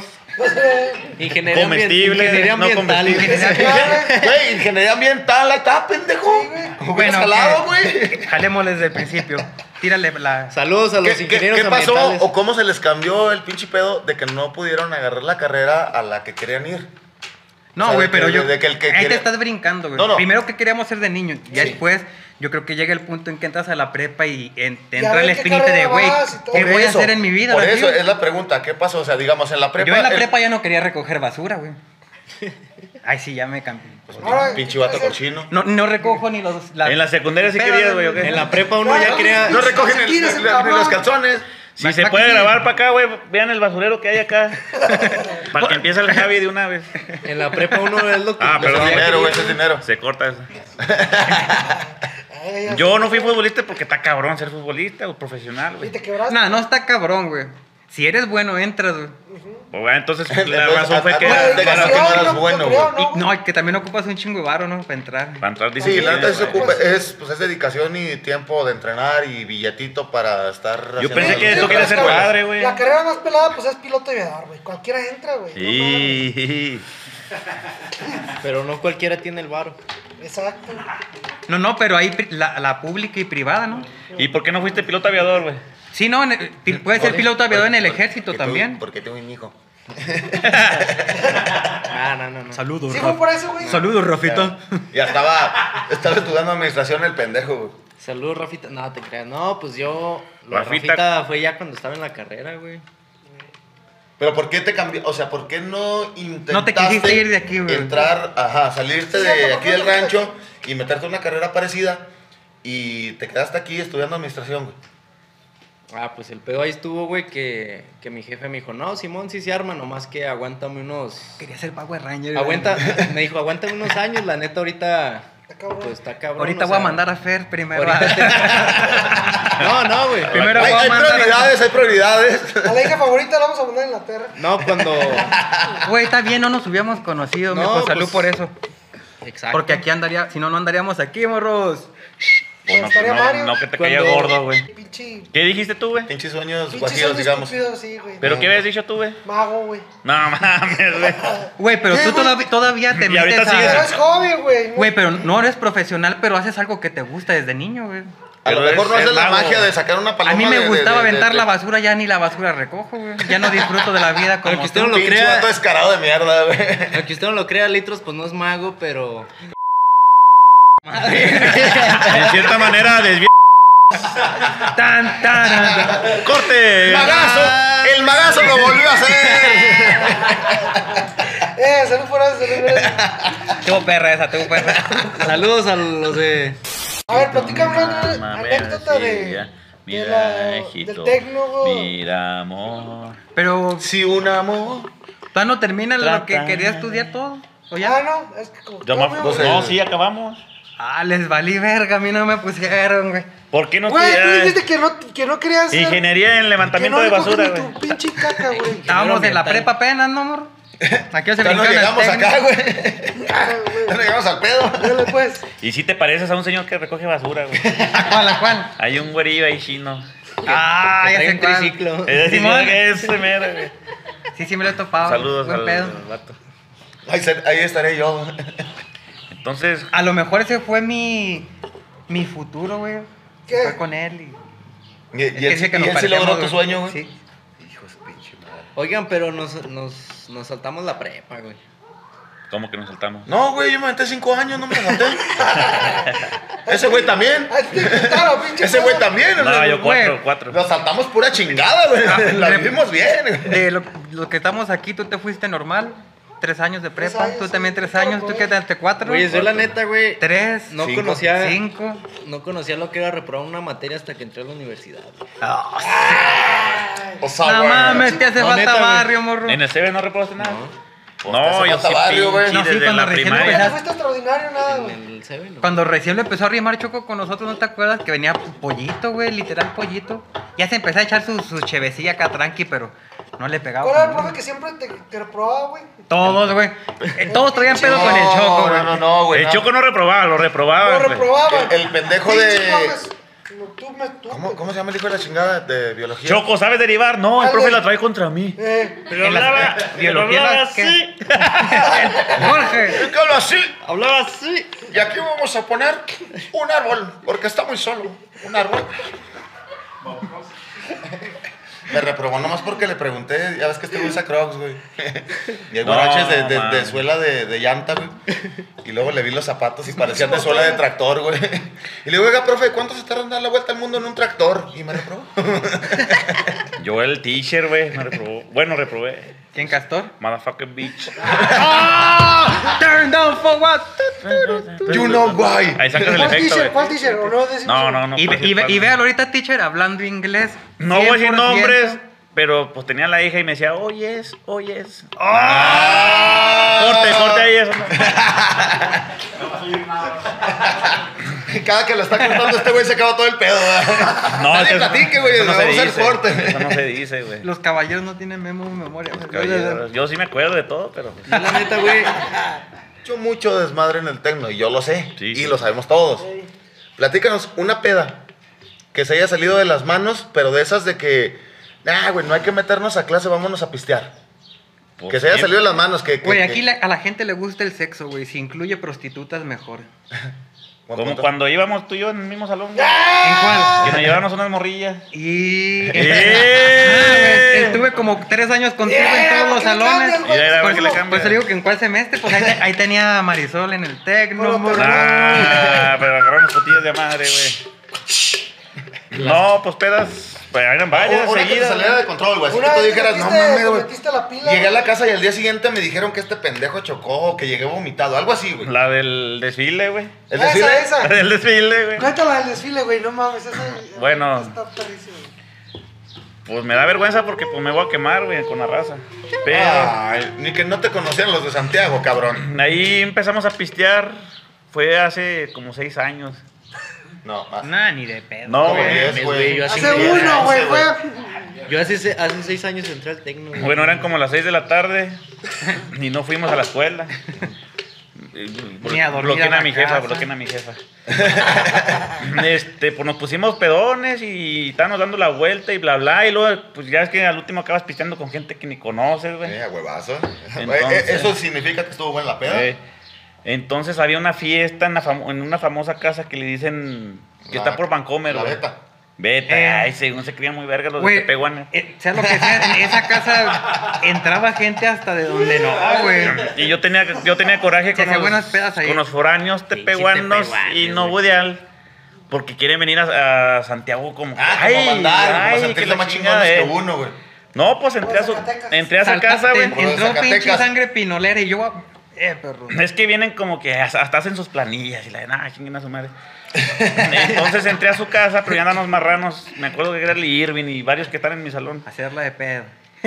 Speaker 6: Ingeniería ambien-
Speaker 3: Comestible,
Speaker 6: ingeniería
Speaker 3: no
Speaker 6: ambiental.
Speaker 3: comestible.
Speaker 6: güey.
Speaker 5: Sí, claro,
Speaker 1: Güey, ingeniería ambiental, ahí está, pendejo.
Speaker 5: Sí, güey.
Speaker 1: Bueno, jalado, güey.
Speaker 2: Jalemos desde el principio. Tírale la.
Speaker 6: Saludos a los
Speaker 1: ¿Qué, qué,
Speaker 6: ingenieros
Speaker 1: qué pasó
Speaker 6: ambientales.
Speaker 1: o cómo se les cambió el pinche pedo de que no pudieron agarrar la carrera a la que querían ir? O
Speaker 2: No,
Speaker 1: sea,
Speaker 2: güey,
Speaker 1: de
Speaker 2: pero
Speaker 1: que-
Speaker 2: yo.
Speaker 1: de que el que
Speaker 2: ahí
Speaker 1: quiere-
Speaker 2: te estás brincando, güey.
Speaker 1: No, no.
Speaker 2: Primero que queríamos ser de niño. Ya
Speaker 1: Sí.
Speaker 2: después, yo creo que llega el punto en que entras a la prepa y en- te
Speaker 5: Y a
Speaker 2: entra
Speaker 5: ver
Speaker 2: el
Speaker 5: qué
Speaker 2: espíritu de,
Speaker 5: carrera
Speaker 2: güey,
Speaker 5: vas y todo.
Speaker 2: ¿qué
Speaker 5: Por
Speaker 2: voy a
Speaker 1: eso,
Speaker 2: hacer en mi vida?
Speaker 1: Por
Speaker 2: la
Speaker 1: eso
Speaker 2: neta?
Speaker 1: es la pregunta, ¿qué pasó? O sea, digamos, en la prepa.
Speaker 2: Yo en la
Speaker 1: el-
Speaker 2: prepa ya no quería recoger basura, güey. Ay, sí, ya me cambié.
Speaker 5: Ahora,
Speaker 1: Pinche vato
Speaker 5: ese-
Speaker 1: cochino.
Speaker 2: No, no recojo ni los.
Speaker 3: En la secundaria sí
Speaker 2: Pero-
Speaker 3: querías, güey, ¿o qué?
Speaker 6: En la prepa uno ya quería.
Speaker 1: No recogen
Speaker 5: Si
Speaker 1: el-
Speaker 5: quieres,
Speaker 1: ni-
Speaker 5: cabrón.
Speaker 1: ni los calzones.
Speaker 3: Si se
Speaker 2: Mac-
Speaker 3: puede
Speaker 2: Maxi.
Speaker 3: grabar para acá, güey, vean el basurero que hay acá. para que empiece el Javi de una vez.
Speaker 6: En la prepa uno es lo que.
Speaker 3: Ah,
Speaker 6: lo
Speaker 3: perdón.
Speaker 1: Es
Speaker 6: que-
Speaker 1: dinero, güey, ese es dinero.
Speaker 3: Se corta eso.
Speaker 5: Ay, Eh, ya
Speaker 3: Yo no fui futbolista porque está cabrón ser futbolista o profesional,
Speaker 5: sé. Y
Speaker 3: güey.
Speaker 5: te quebraste.
Speaker 2: Nah, no está cabrón, güey. Si eres bueno, entras, güey.
Speaker 3: O, ah, Entonces la
Speaker 1: Entonces,
Speaker 3: razón fue
Speaker 1: a-
Speaker 3: que
Speaker 1: a-
Speaker 5: Güey,
Speaker 1: te
Speaker 3: para,
Speaker 1: ganó
Speaker 5: sí,
Speaker 1: que no
Speaker 5: ay,
Speaker 1: eras
Speaker 5: te
Speaker 1: bueno,
Speaker 5: creo,
Speaker 1: güey.
Speaker 5: ¿no?
Speaker 2: Y- no, y que también ocupas un chingo de varo, ¿no? Para entrar.
Speaker 3: para entrar dicen
Speaker 1: Sí,
Speaker 3: que
Speaker 1: la neta
Speaker 3: tienes,
Speaker 1: se
Speaker 3: güey.
Speaker 1: ocupa, es, pues es dedicación y tiempo de entrenar y billetito para estar haciendo
Speaker 3: pensé
Speaker 1: las
Speaker 3: que tú
Speaker 1: cosas.
Speaker 3: querías ser
Speaker 5: pero es que
Speaker 3: padre, güey.
Speaker 5: La carrera más pelada, pues es piloto y aviador, güey. Cualquiera entra, güey. No mames.
Speaker 3: Sí.
Speaker 6: Pero no cualquiera tiene el varo.
Speaker 5: Exacto.
Speaker 2: No, no, pero ahí pri- la, la pública y privada, ¿no?
Speaker 3: ¿Y por qué no fuiste piloto aviador, güey?
Speaker 2: Sí, no, en el- ti- puede ser piloto aviador en el ejército también.
Speaker 1: Porque tengo un hijo.
Speaker 6: No, Ah, no, no. no.
Speaker 2: Saludos,
Speaker 5: Sí fue por eso, güey.
Speaker 2: Saludos, Rafita.
Speaker 1: Ya estaba, estaba estudiando administración el pendejo, güey.
Speaker 6: Saludos, Rafita. No, te creas. No, pues yo. lo de
Speaker 3: Rafita-
Speaker 6: Rafita. fue ya cuando estaba en la carrera, güey.
Speaker 1: Pero ¿por qué te cambió? O sea, ¿por qué no intentaste
Speaker 2: quisiste ir de aquí, güey.
Speaker 1: entrar, ajá, salirte
Speaker 5: Sí,
Speaker 1: de
Speaker 5: no,
Speaker 1: aquí
Speaker 5: no,
Speaker 1: del
Speaker 5: no, no.
Speaker 1: rancho y meterte en una carrera parecida y te quedaste aquí estudiando administración, güey?
Speaker 6: Ah, pues el pedo ahí estuvo, güey, que, que mi jefe me dijo, no, Simón, sí se arma, nomás que aguántame unos...
Speaker 2: Quería ser Power Ranger. güey.
Speaker 6: Aguanta, me dijo, aguántame unos años, la neta, ahorita...
Speaker 5: cabrón.
Speaker 6: Pues está cabrón.
Speaker 2: Ahorita
Speaker 6: o
Speaker 2: voy a
Speaker 6: sea,
Speaker 2: mandar a Fer primero.
Speaker 6: ahorita te- No, no, güey.
Speaker 2: Primero
Speaker 1: hay,
Speaker 2: voy a
Speaker 1: hay
Speaker 2: mandar a-
Speaker 1: prioridades, hay prioridades.
Speaker 5: A la hija favorita la vamos a mandar a Inglaterra.
Speaker 6: No, cuando...
Speaker 2: Ah, Güey, está bien, no nos hubiéramos conocido,
Speaker 6: No,
Speaker 2: mijo, salud
Speaker 6: pues-
Speaker 2: por eso.
Speaker 6: Exacto.
Speaker 2: Porque aquí andaría, si no, no andaríamos aquí, morros.
Speaker 3: Pues no,
Speaker 5: estaría
Speaker 3: no,
Speaker 5: Mario.
Speaker 3: no, que te caiga
Speaker 6: Cuando-
Speaker 3: gordo, güey.
Speaker 5: Pinche.
Speaker 3: ¿Qué dijiste tú, güey?
Speaker 1: Pinches sueños
Speaker 5: Pinche
Speaker 1: guajiros,
Speaker 5: sueño
Speaker 1: digamos.
Speaker 5: estúpido, sí, güey.
Speaker 3: ¿Pero qué habías dicho tú, güey?
Speaker 5: Mago, güey.
Speaker 3: No mames, güey.
Speaker 2: Güey, pero
Speaker 5: Sí,
Speaker 2: tú
Speaker 5: güey.
Speaker 2: todav- todavía te
Speaker 3: Y ahorita
Speaker 2: metes
Speaker 3: sigues-
Speaker 5: Pero
Speaker 2: a...
Speaker 5: es joven, güey.
Speaker 2: Güey, pero no eres profesional, pero haces algo que te gusta desde niño, güey.
Speaker 1: A lo
Speaker 3: Pero
Speaker 1: mejor
Speaker 3: es-
Speaker 1: no
Speaker 3: es
Speaker 1: haces la
Speaker 3: mago.
Speaker 1: magia de sacar una paloma.
Speaker 2: A mí
Speaker 1: de-
Speaker 2: me
Speaker 1: de-
Speaker 2: gustaba
Speaker 1: de- de-
Speaker 2: aventar
Speaker 1: de-
Speaker 2: la basura, ya ni la basura recojo, güey. Ya no disfruto de la vida como
Speaker 6: Aunque
Speaker 2: tú.
Speaker 6: usted no lo
Speaker 1: Pinche
Speaker 6: crea.
Speaker 1: vato descarado de mierda, güey.
Speaker 6: Aunque usted no lo crea, Litros, pues no es mago, pero...
Speaker 3: De cierta manera desvía.
Speaker 2: Tan, tan.
Speaker 3: ¡Corte!
Speaker 1: ¡Magazo! ¡El magazo lo volvió a hacer!
Speaker 5: Eh, salud por eso, salud por eso.
Speaker 2: Tú perra esa, tú perra.
Speaker 6: Saludos a los de...
Speaker 5: A ver, platícame
Speaker 3: Ah,
Speaker 5: una
Speaker 3: mames,
Speaker 5: anécdota
Speaker 3: sí, ya.
Speaker 5: de.
Speaker 3: Mira,
Speaker 5: de la-
Speaker 3: hijito.
Speaker 5: Del tecno, güey.
Speaker 3: Mira, amor.
Speaker 2: Pero
Speaker 1: Si un amor.
Speaker 2: tú no terminas lo que
Speaker 3: Trata.
Speaker 2: quería estudiar todo. ¿O
Speaker 5: Ah,
Speaker 2: ya?
Speaker 5: no, es que como.
Speaker 3: Ya
Speaker 5: todo,
Speaker 3: me-
Speaker 5: güey,
Speaker 1: no sé.
Speaker 3: No, sí, acabamos.
Speaker 2: Ah, les valí verga, a mí no me pusieron, güey.
Speaker 3: ¿Por qué no
Speaker 5: Güey, tú
Speaker 3: estudias
Speaker 5: dijiste que no, que no querías. ser-
Speaker 3: ingeniería en
Speaker 5: que
Speaker 3: levantamiento
Speaker 5: no
Speaker 3: de
Speaker 5: le coges
Speaker 3: basura,
Speaker 5: ni
Speaker 3: güey?
Speaker 5: tu pinche caca, güey.
Speaker 2: Estábamos en la
Speaker 6: ambiental.
Speaker 2: prepa apenas, ¿no, amor? Aquí se
Speaker 1: Ya no
Speaker 2: brincaron el
Speaker 1: llegamos
Speaker 2: técnico.
Speaker 1: acá, güey. Ya
Speaker 5: Ah, güey.
Speaker 1: no llegamos al pedo.
Speaker 5: Dale, pues.
Speaker 3: ¿Y si te pareces a un señor que recoge basura, güey?
Speaker 2: ¿A cuál, a cuál?
Speaker 3: Hay un güerillo ahí chino.
Speaker 2: Ah, ya
Speaker 6: trae
Speaker 2: sé
Speaker 6: un
Speaker 2: cuál.
Speaker 6: triciclo.
Speaker 3: Es decir,
Speaker 2: Simón.
Speaker 3: es mero, güey.
Speaker 2: Sí, sí me lo he topado.
Speaker 3: Saludos
Speaker 2: Buen
Speaker 3: al,
Speaker 2: pedo.
Speaker 3: al vato.
Speaker 1: Ahí, se- ahí estaré yo.
Speaker 3: Entonces,
Speaker 2: A lo mejor ese fue mi, mi futuro, güey.
Speaker 5: ¿Qué?
Speaker 2: Fue con él y...
Speaker 1: Y, y
Speaker 2: Es que
Speaker 1: él,
Speaker 2: dice que
Speaker 1: y
Speaker 2: nos
Speaker 1: él sí
Speaker 2: parecemos,
Speaker 1: logró tu
Speaker 2: güey.
Speaker 1: sueño, güey.
Speaker 2: Sí.
Speaker 6: Oigan, pero nos, nos, nos saltamos la prepa, güey.
Speaker 3: ¿cómo que nos saltamos?
Speaker 1: No, güey, yo me aventé cinco años, no me aguanté. Ese güey también.
Speaker 5: Ay, te quitaron, pinche.
Speaker 1: Ese güey
Speaker 5: caca.
Speaker 1: también.
Speaker 3: No,
Speaker 1: güey.
Speaker 3: yo cuatro, cuatro.
Speaker 1: Nos saltamos pura chingada, güey. La
Speaker 2: de-
Speaker 1: vivimos bien. güey.
Speaker 2: De lo, lo que estamos aquí, tú te fuiste normal. Tres años de
Speaker 5: Tres
Speaker 2: prepa.
Speaker 5: años,
Speaker 2: tú
Speaker 5: sí.
Speaker 2: también tres años. ¿Tú qué te daste cuatro?
Speaker 6: Güey, yo la neta, güey.
Speaker 2: Tres.
Speaker 6: No
Speaker 1: Cinco.
Speaker 6: conocía.
Speaker 2: Cinco.
Speaker 6: No conocía lo que era reprobar una materia hasta que entré a la universidad. güey.
Speaker 1: O sea,
Speaker 2: no
Speaker 1: güey.
Speaker 2: mames, te hace
Speaker 6: No,
Speaker 2: falta
Speaker 6: neta, güey.
Speaker 2: barrio, morro.
Speaker 3: ¿En el CB no reprobaste nada? No,
Speaker 1: Pues te hace
Speaker 3: yo
Speaker 1: falta
Speaker 3: sí
Speaker 1: barrio, güey.
Speaker 3: pinche
Speaker 2: No, sí,
Speaker 3: desde
Speaker 2: cuando
Speaker 3: la
Speaker 2: recién
Speaker 5: Güey,
Speaker 3: primaria.
Speaker 5: No fuiste extraordinario, nada,
Speaker 6: En
Speaker 5: güey.
Speaker 6: el Seven, ¿no?
Speaker 2: Cuando recién lo empezó a rimar Choco con nosotros, ¿no te acuerdas? Que venía pollito, güey, literal pollito. Ya se empezó a echar su, su chevecilla acá tranqui, pero no le pegaba.
Speaker 5: ¿Cuál era el
Speaker 2: con
Speaker 5: profe que siempre te, te reprobaba, güey?
Speaker 2: Todos, güey. Eh, Todos traían pedo con el Choco, güey.
Speaker 1: No, no, no, güey.
Speaker 3: El
Speaker 1: no.
Speaker 3: Choco no reprobaba, lo
Speaker 5: Lo
Speaker 3: reprobaba. güey.
Speaker 5: reprobaba.
Speaker 1: Ah, El- el pendejo de-
Speaker 5: Pinche profes. No, tú me- tú-
Speaker 1: ¿Cómo, ¿Cómo se llama el hijo de la chingada de biología?
Speaker 3: Choco, ¿sabes derivar? No, el
Speaker 5: Dale.
Speaker 3: profe la trae contra mí.
Speaker 5: Eh,
Speaker 3: Pero
Speaker 2: En la-
Speaker 3: hablaba, pero
Speaker 2: biología,
Speaker 3: hablaba
Speaker 2: ¿qué?
Speaker 3: así.
Speaker 2: Jorge.
Speaker 1: ¿Por qué hablo así?
Speaker 3: Hablaba así.
Speaker 1: Y aquí vamos a poner un árbol, porque está muy solo. Un árbol. Me reprobó nomás porque le pregunté, ya ves que este güey usa crocs, güey. Y hay
Speaker 3: No,
Speaker 1: guaraches de, de-
Speaker 3: man.
Speaker 1: de suela de, de llanta, güey. Y luego le vi los zapatos y parecían de suela de tractor, güey. Y le digo, oiga, profe, ¿cuánto se tarda en dar la vuelta al mundo en un tractor? Y me reprobó.
Speaker 3: Yo el teacher, güey, me reprobó. Bueno, reprobé.
Speaker 2: ¿Quién, Castor?
Speaker 3: Motherfucking bitch.
Speaker 2: Turn down for what?
Speaker 1: You know why.
Speaker 3: Ahí sacas el
Speaker 5: ¿Cuál
Speaker 3: efecto,
Speaker 5: teacher?
Speaker 3: güey.
Speaker 5: ¿Cuál teacher? ¿O no decimos?
Speaker 3: No, no, no.
Speaker 2: y, ve-
Speaker 3: puedo
Speaker 2: y, ve-
Speaker 3: decir palabra.
Speaker 2: y véalo ahorita, teacher, hablando inglés.
Speaker 3: No voy a decir
Speaker 2: 100%.
Speaker 3: nombres, pero pues tenía la hija y me decía, oye, es, oye, es. Corte,
Speaker 1: ¡Ah!
Speaker 3: corte ahí eso.
Speaker 1: Cada que lo está cortando este güey se acaba todo el pedo. No,
Speaker 3: No, es
Speaker 1: Nadie
Speaker 3: que eso-
Speaker 1: platique, güey.
Speaker 3: eso no
Speaker 1: No
Speaker 3: se
Speaker 1: vamos al
Speaker 3: dice,
Speaker 1: corte.
Speaker 3: Eso no se dice, güey.
Speaker 2: Los caballeros no tienen memo memoria.
Speaker 3: Caballeros, Yo sí me acuerdo de todo, pero.
Speaker 6: Yo, la neta, güey.
Speaker 1: hecho mucho desmadre en el tecno y yo lo sé
Speaker 3: Sí,
Speaker 1: y
Speaker 3: sí.
Speaker 1: lo sabemos todos. Platícanos una peda que se haya salido de las manos, pero de esas de que, ah, güey, no hay que meternos a clase, vámonos a pistear.
Speaker 3: Oh, pues,
Speaker 1: Que se haya salido de las manos. Que, que-
Speaker 2: Güey,
Speaker 1: que-
Speaker 2: aquí la- a la gente le gusta el sexo, güey. Si incluye prostitutas, mejor.
Speaker 1: Buen
Speaker 3: Como
Speaker 1: punto.
Speaker 3: cuando íbamos tú y yo en el mismo salón. güey,
Speaker 1: ¡Ah!
Speaker 2: ¿En cuál?
Speaker 3: Que nos llevábamos unas morrillas.
Speaker 2: Y. Ah, güey,
Speaker 3: ¡Eh!
Speaker 2: Estuve como tres años contigo
Speaker 5: Yeah,
Speaker 2: en todos
Speaker 5: ¿por
Speaker 2: los
Speaker 5: qué le
Speaker 2: salones.
Speaker 5: cambias, güey?
Speaker 3: Ya era,
Speaker 2: Por
Speaker 3: ¿por qué le
Speaker 2: eso-
Speaker 3: cambias?
Speaker 2: por eso digo que en cuál semestre, pues ahí, ahí tenía a Marisol en el
Speaker 5: Puro
Speaker 2: Tecno. morro.
Speaker 3: Ah, pero agarramos putillas de madre, güey. No, pues pedas, pues eran varias
Speaker 1: Una que te
Speaker 3: seguidas.
Speaker 1: saliera de control, güey. Así
Speaker 5: Una
Speaker 1: que tú
Speaker 5: vez
Speaker 1: dijeras,
Speaker 5: te
Speaker 1: no
Speaker 5: metiste-
Speaker 1: mames,
Speaker 5: te
Speaker 1: güey.
Speaker 5: metiste a la pila,
Speaker 1: Llegué a la
Speaker 5: güey.
Speaker 1: casa y al día siguiente me dijeron que este pendejo chocó, que llegué vomitado, algo así, güey.
Speaker 3: La del desfile, güey.
Speaker 1: Es
Speaker 5: Esa,
Speaker 1: decir,
Speaker 5: esa.
Speaker 3: La del desfile, güey.
Speaker 5: Cuéntala del desfile, güey, no mames. Esa
Speaker 3: Bueno.
Speaker 5: Está perrísimo.
Speaker 3: Pues me da vergüenza porque pues, me voy a quemar, güey, con la raza. Pero
Speaker 1: ay, ni que no te conocieran los de Santiago, cabrón.
Speaker 3: ahí empezamos a pistear. Fue hace como seis años.
Speaker 1: No, más.
Speaker 2: Nah, ni de pedo.
Speaker 3: No,
Speaker 1: Como
Speaker 3: güey.
Speaker 1: diez,
Speaker 6: mames,
Speaker 1: güey.
Speaker 6: güey, yo así
Speaker 5: Hace
Speaker 6: me-
Speaker 5: uno, güey,
Speaker 1: Ese,
Speaker 5: fue.
Speaker 6: Yo hace, se- hace seis años entré al Tecno, güey.
Speaker 3: Bueno, eran como las 6 de la tarde y no fuimos a la escuela.
Speaker 2: Ni a dormir
Speaker 3: bloqueen
Speaker 2: a
Speaker 3: a,
Speaker 2: la
Speaker 3: mi jefa,
Speaker 2: casa.
Speaker 3: bloqueen a mi jefa. este, pues nos pusimos pedones y estábamos dando la vuelta y bla, bla. Y luego, pues ya es que al último acabas pisteando con gente que ni conoces, güey.
Speaker 1: Eh, a huevazo.
Speaker 3: Pues. Entonces-
Speaker 1: Eh, Eso significa que estuvo buena la peda.
Speaker 3: Eh, Entonces había una fiesta en, la famo- en una famosa casa que le dicen que
Speaker 1: La-
Speaker 3: está por Vancomer,
Speaker 1: La
Speaker 3: güey.
Speaker 1: beta.
Speaker 3: Beta,
Speaker 2: Eh.
Speaker 3: ay, según se crían muy verga los
Speaker 2: Güey,
Speaker 3: de Tepehuana.
Speaker 2: eh, sea lo que sea, en esa casa entraba gente hasta de donde no, güey.
Speaker 3: Y yo tenía, yo tenía coraje
Speaker 2: Se
Speaker 3: con
Speaker 2: hacía
Speaker 3: los,
Speaker 2: buenas pedas ahí.
Speaker 3: con los foráneos
Speaker 6: Pinches
Speaker 3: tepehuanos y
Speaker 6: tepehuanes,
Speaker 3: no
Speaker 6: güey.
Speaker 3: budeal. Porque quieren venir a, a Santiago como que,
Speaker 1: Ah, como mandar, como
Speaker 3: que
Speaker 1: sentirte
Speaker 3: la
Speaker 1: más
Speaker 3: chingada,
Speaker 1: chingones que
Speaker 3: eh.
Speaker 1: uno, güey.
Speaker 3: No, pues entré a, su-
Speaker 5: Zacatecas.
Speaker 3: entré a esa
Speaker 2: Saltaste,
Speaker 3: casa, güey.
Speaker 1: Por los
Speaker 2: Entró pinche
Speaker 1: Zacatecas.
Speaker 2: sangre pinolera y yo. Eh, perro.
Speaker 3: Es que vienen como que hasta hasta hacen sus planillas y la de nada, chinguen a su madre. Entonces entré a su casa, pero ya andan los marranos. Me acuerdo que era el Irving y varios que están en mi salón.
Speaker 2: Hacerla de pedo.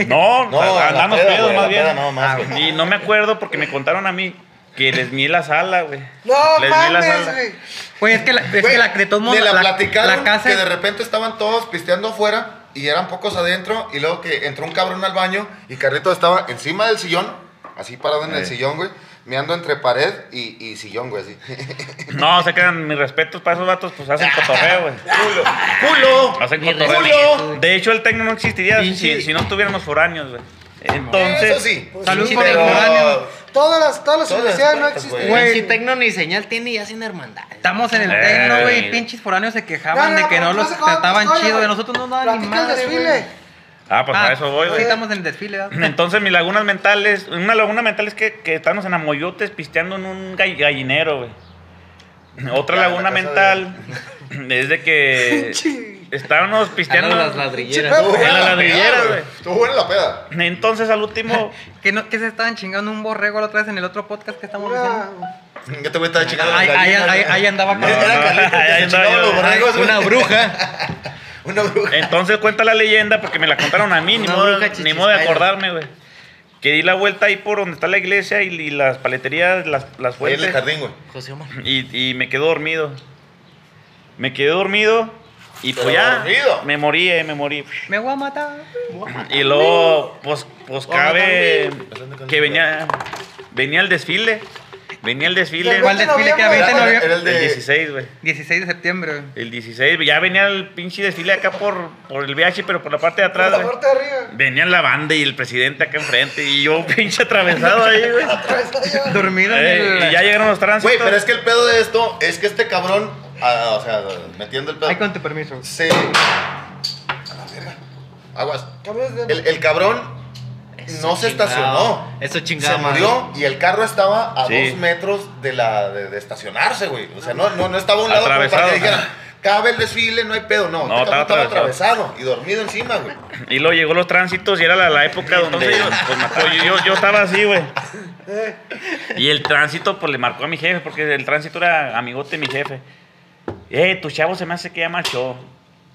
Speaker 3: No,
Speaker 1: No, la
Speaker 3: andamos
Speaker 1: peda,
Speaker 3: pedos
Speaker 1: güey,
Speaker 3: más
Speaker 1: la
Speaker 3: bien.
Speaker 1: peda no, más
Speaker 3: Ah,
Speaker 1: bien.
Speaker 3: Y no me acuerdo porque me contaron a mí que les mié la sala, güey.
Speaker 5: No
Speaker 3: les mié
Speaker 5: mames, güey.
Speaker 2: Güey, es que, la, es que la, de todos modos,
Speaker 1: Me la,
Speaker 2: la,
Speaker 1: platicaron
Speaker 2: la casa
Speaker 1: que de repente estaban todos pisteando afuera y eran pocos adentro y luego que entró un cabrón al baño y Carrito estaba encima del sillón, así parado en el
Speaker 3: Eh.
Speaker 1: sillón, güey, meando entre pared y, y sillón, güey, así.
Speaker 3: No, se quedan mis respetos para esos vatos, pues hacen cotorreo, güey.
Speaker 1: ¡Culo!
Speaker 3: Hacen
Speaker 6: Mis
Speaker 3: cotorreo.
Speaker 6: respetos.
Speaker 3: De hecho, el tecno no existiría
Speaker 2: Sí,
Speaker 3: si,
Speaker 2: sí.
Speaker 3: si no tuviéramos foráneos, güey. Entonces,
Speaker 1: Eso sí.
Speaker 2: Salud
Speaker 1: sí,
Speaker 2: por el
Speaker 1: pero-
Speaker 2: uranio.
Speaker 5: Todas las, todas las
Speaker 1: Todas
Speaker 5: universidades no
Speaker 1: las puertas,
Speaker 5: existen.
Speaker 1: güey.
Speaker 6: Pinche
Speaker 2: Güey.
Speaker 6: Tecno ni señal tiene y hacen hermandad.
Speaker 2: Estamos en el
Speaker 3: Eh,
Speaker 2: tecno, güey.
Speaker 3: güey.
Speaker 2: Pinches foráneos se quejaban
Speaker 5: No, no,
Speaker 2: de que
Speaker 5: pero
Speaker 2: no
Speaker 5: tú
Speaker 2: los
Speaker 5: sabes cómo
Speaker 2: trataban
Speaker 5: está la
Speaker 2: chido.
Speaker 5: historia,
Speaker 2: De nosotros no daban ni
Speaker 5: Platica el
Speaker 2: madre,
Speaker 5: desfile.
Speaker 2: güey.
Speaker 3: ah, pues para eso voy,
Speaker 2: Sí,
Speaker 3: güey.
Speaker 2: estamos en el desfile. ¿verdad?
Speaker 3: Entonces, mis lagunas mentales, una laguna mental es que, que estábamos en Amoyotes pisteando en un gall- gallinero, güey. Otra
Speaker 1: Ya, la
Speaker 3: laguna
Speaker 1: casa de-
Speaker 3: mental es de que estábamos pisteando
Speaker 6: Eran Ah, las ladrilleras.
Speaker 5: Che,
Speaker 1: buena
Speaker 3: En la
Speaker 1: peda,
Speaker 3: ladrillera, güey.
Speaker 1: Estuvo buena la peda.
Speaker 3: Entonces, al último,
Speaker 2: Que, no, que se estaban chingando un borrego la otra vez en el otro podcast que estamos
Speaker 5: Una-
Speaker 2: haciendo.
Speaker 1: Ya te voy a estar chingando
Speaker 2: Ahí,
Speaker 1: las
Speaker 2: ahí-
Speaker 1: gallinas,
Speaker 2: ahí-
Speaker 1: güey.
Speaker 2: ahí andaba
Speaker 3: No,
Speaker 1: Era
Speaker 3: no,
Speaker 1: Carrito que
Speaker 3: ahí
Speaker 1: se
Speaker 3: andaba
Speaker 1: chingaba
Speaker 3: yo,
Speaker 1: los borregos, güey.
Speaker 2: una bruja. Eh,
Speaker 1: Una bruja.
Speaker 3: Entonces cuenta la leyenda, porque me la contaron a mí, ni,
Speaker 6: Una
Speaker 3: modo,
Speaker 6: bruja
Speaker 3: ni modo de
Speaker 6: chichispera.
Speaker 3: acordarme, güey. Que di la vuelta ahí por donde está la iglesia y, y las paleterías, las, las
Speaker 1: Fue en el
Speaker 3: fuentes.
Speaker 1: jardín, güey.
Speaker 6: José Omar.
Speaker 3: Y, y me quedé dormido. Me quedé dormido y pues
Speaker 1: Pero
Speaker 3: ya.
Speaker 1: dormido.
Speaker 3: Me morí, eh, me morí.
Speaker 2: Me voy a matar.
Speaker 3: Y luego, pues, pues cabe que venía, venía el desfile. Venía el desfile.
Speaker 2: ¿Cuál
Speaker 5: de
Speaker 2: desfile que
Speaker 5: noviembre.
Speaker 2: había?
Speaker 1: Era-
Speaker 2: noviembre?
Speaker 1: era el
Speaker 3: El
Speaker 1: de...
Speaker 3: 16, güey.
Speaker 2: 16 de septiembre, güey.
Speaker 3: El 16, ya venía el pinche desfile acá por, por el viaje, pero por la parte de
Speaker 5: Por
Speaker 3: atrás.
Speaker 5: la
Speaker 3: güey.
Speaker 5: parte de arriba.
Speaker 3: Venían la banda y el presidente acá enfrente y yo pinche atravesado ahí, güey.
Speaker 2: Dormido en
Speaker 3: Eh,
Speaker 2: el.
Speaker 3: y ya llegaron los tránsitos.
Speaker 1: Güey, pero es que el pedo de esto es que este cabrón, ah, o sea, metiendo el pedo.
Speaker 2: Ay, con tu permiso.
Speaker 1: se. A la verga. Aguas. El, el cabrón no se estacionó.
Speaker 6: Eso chingado.
Speaker 1: Se murió y el carro estaba a
Speaker 3: Sí.
Speaker 1: dos metros de la de, de estacionarse, güey. O sea, no, no, no estaba a un lado como para
Speaker 3: Atravesado.
Speaker 1: que dijeran, cabe el desfile, no hay pedo. No,
Speaker 3: No,
Speaker 1: este cabrón estaba
Speaker 3: estaba
Speaker 1: atravesado. y dormido encima, güey.
Speaker 3: Y luego llegó los tránsitos y era la, la época donde pues, mató. Yo, yo, yo estaba así, güey. Y el tránsito pues le marcó a mi jefe, porque el tránsito era amigote de mi jefe. Eh, tu chavo se me hace que ya marchó.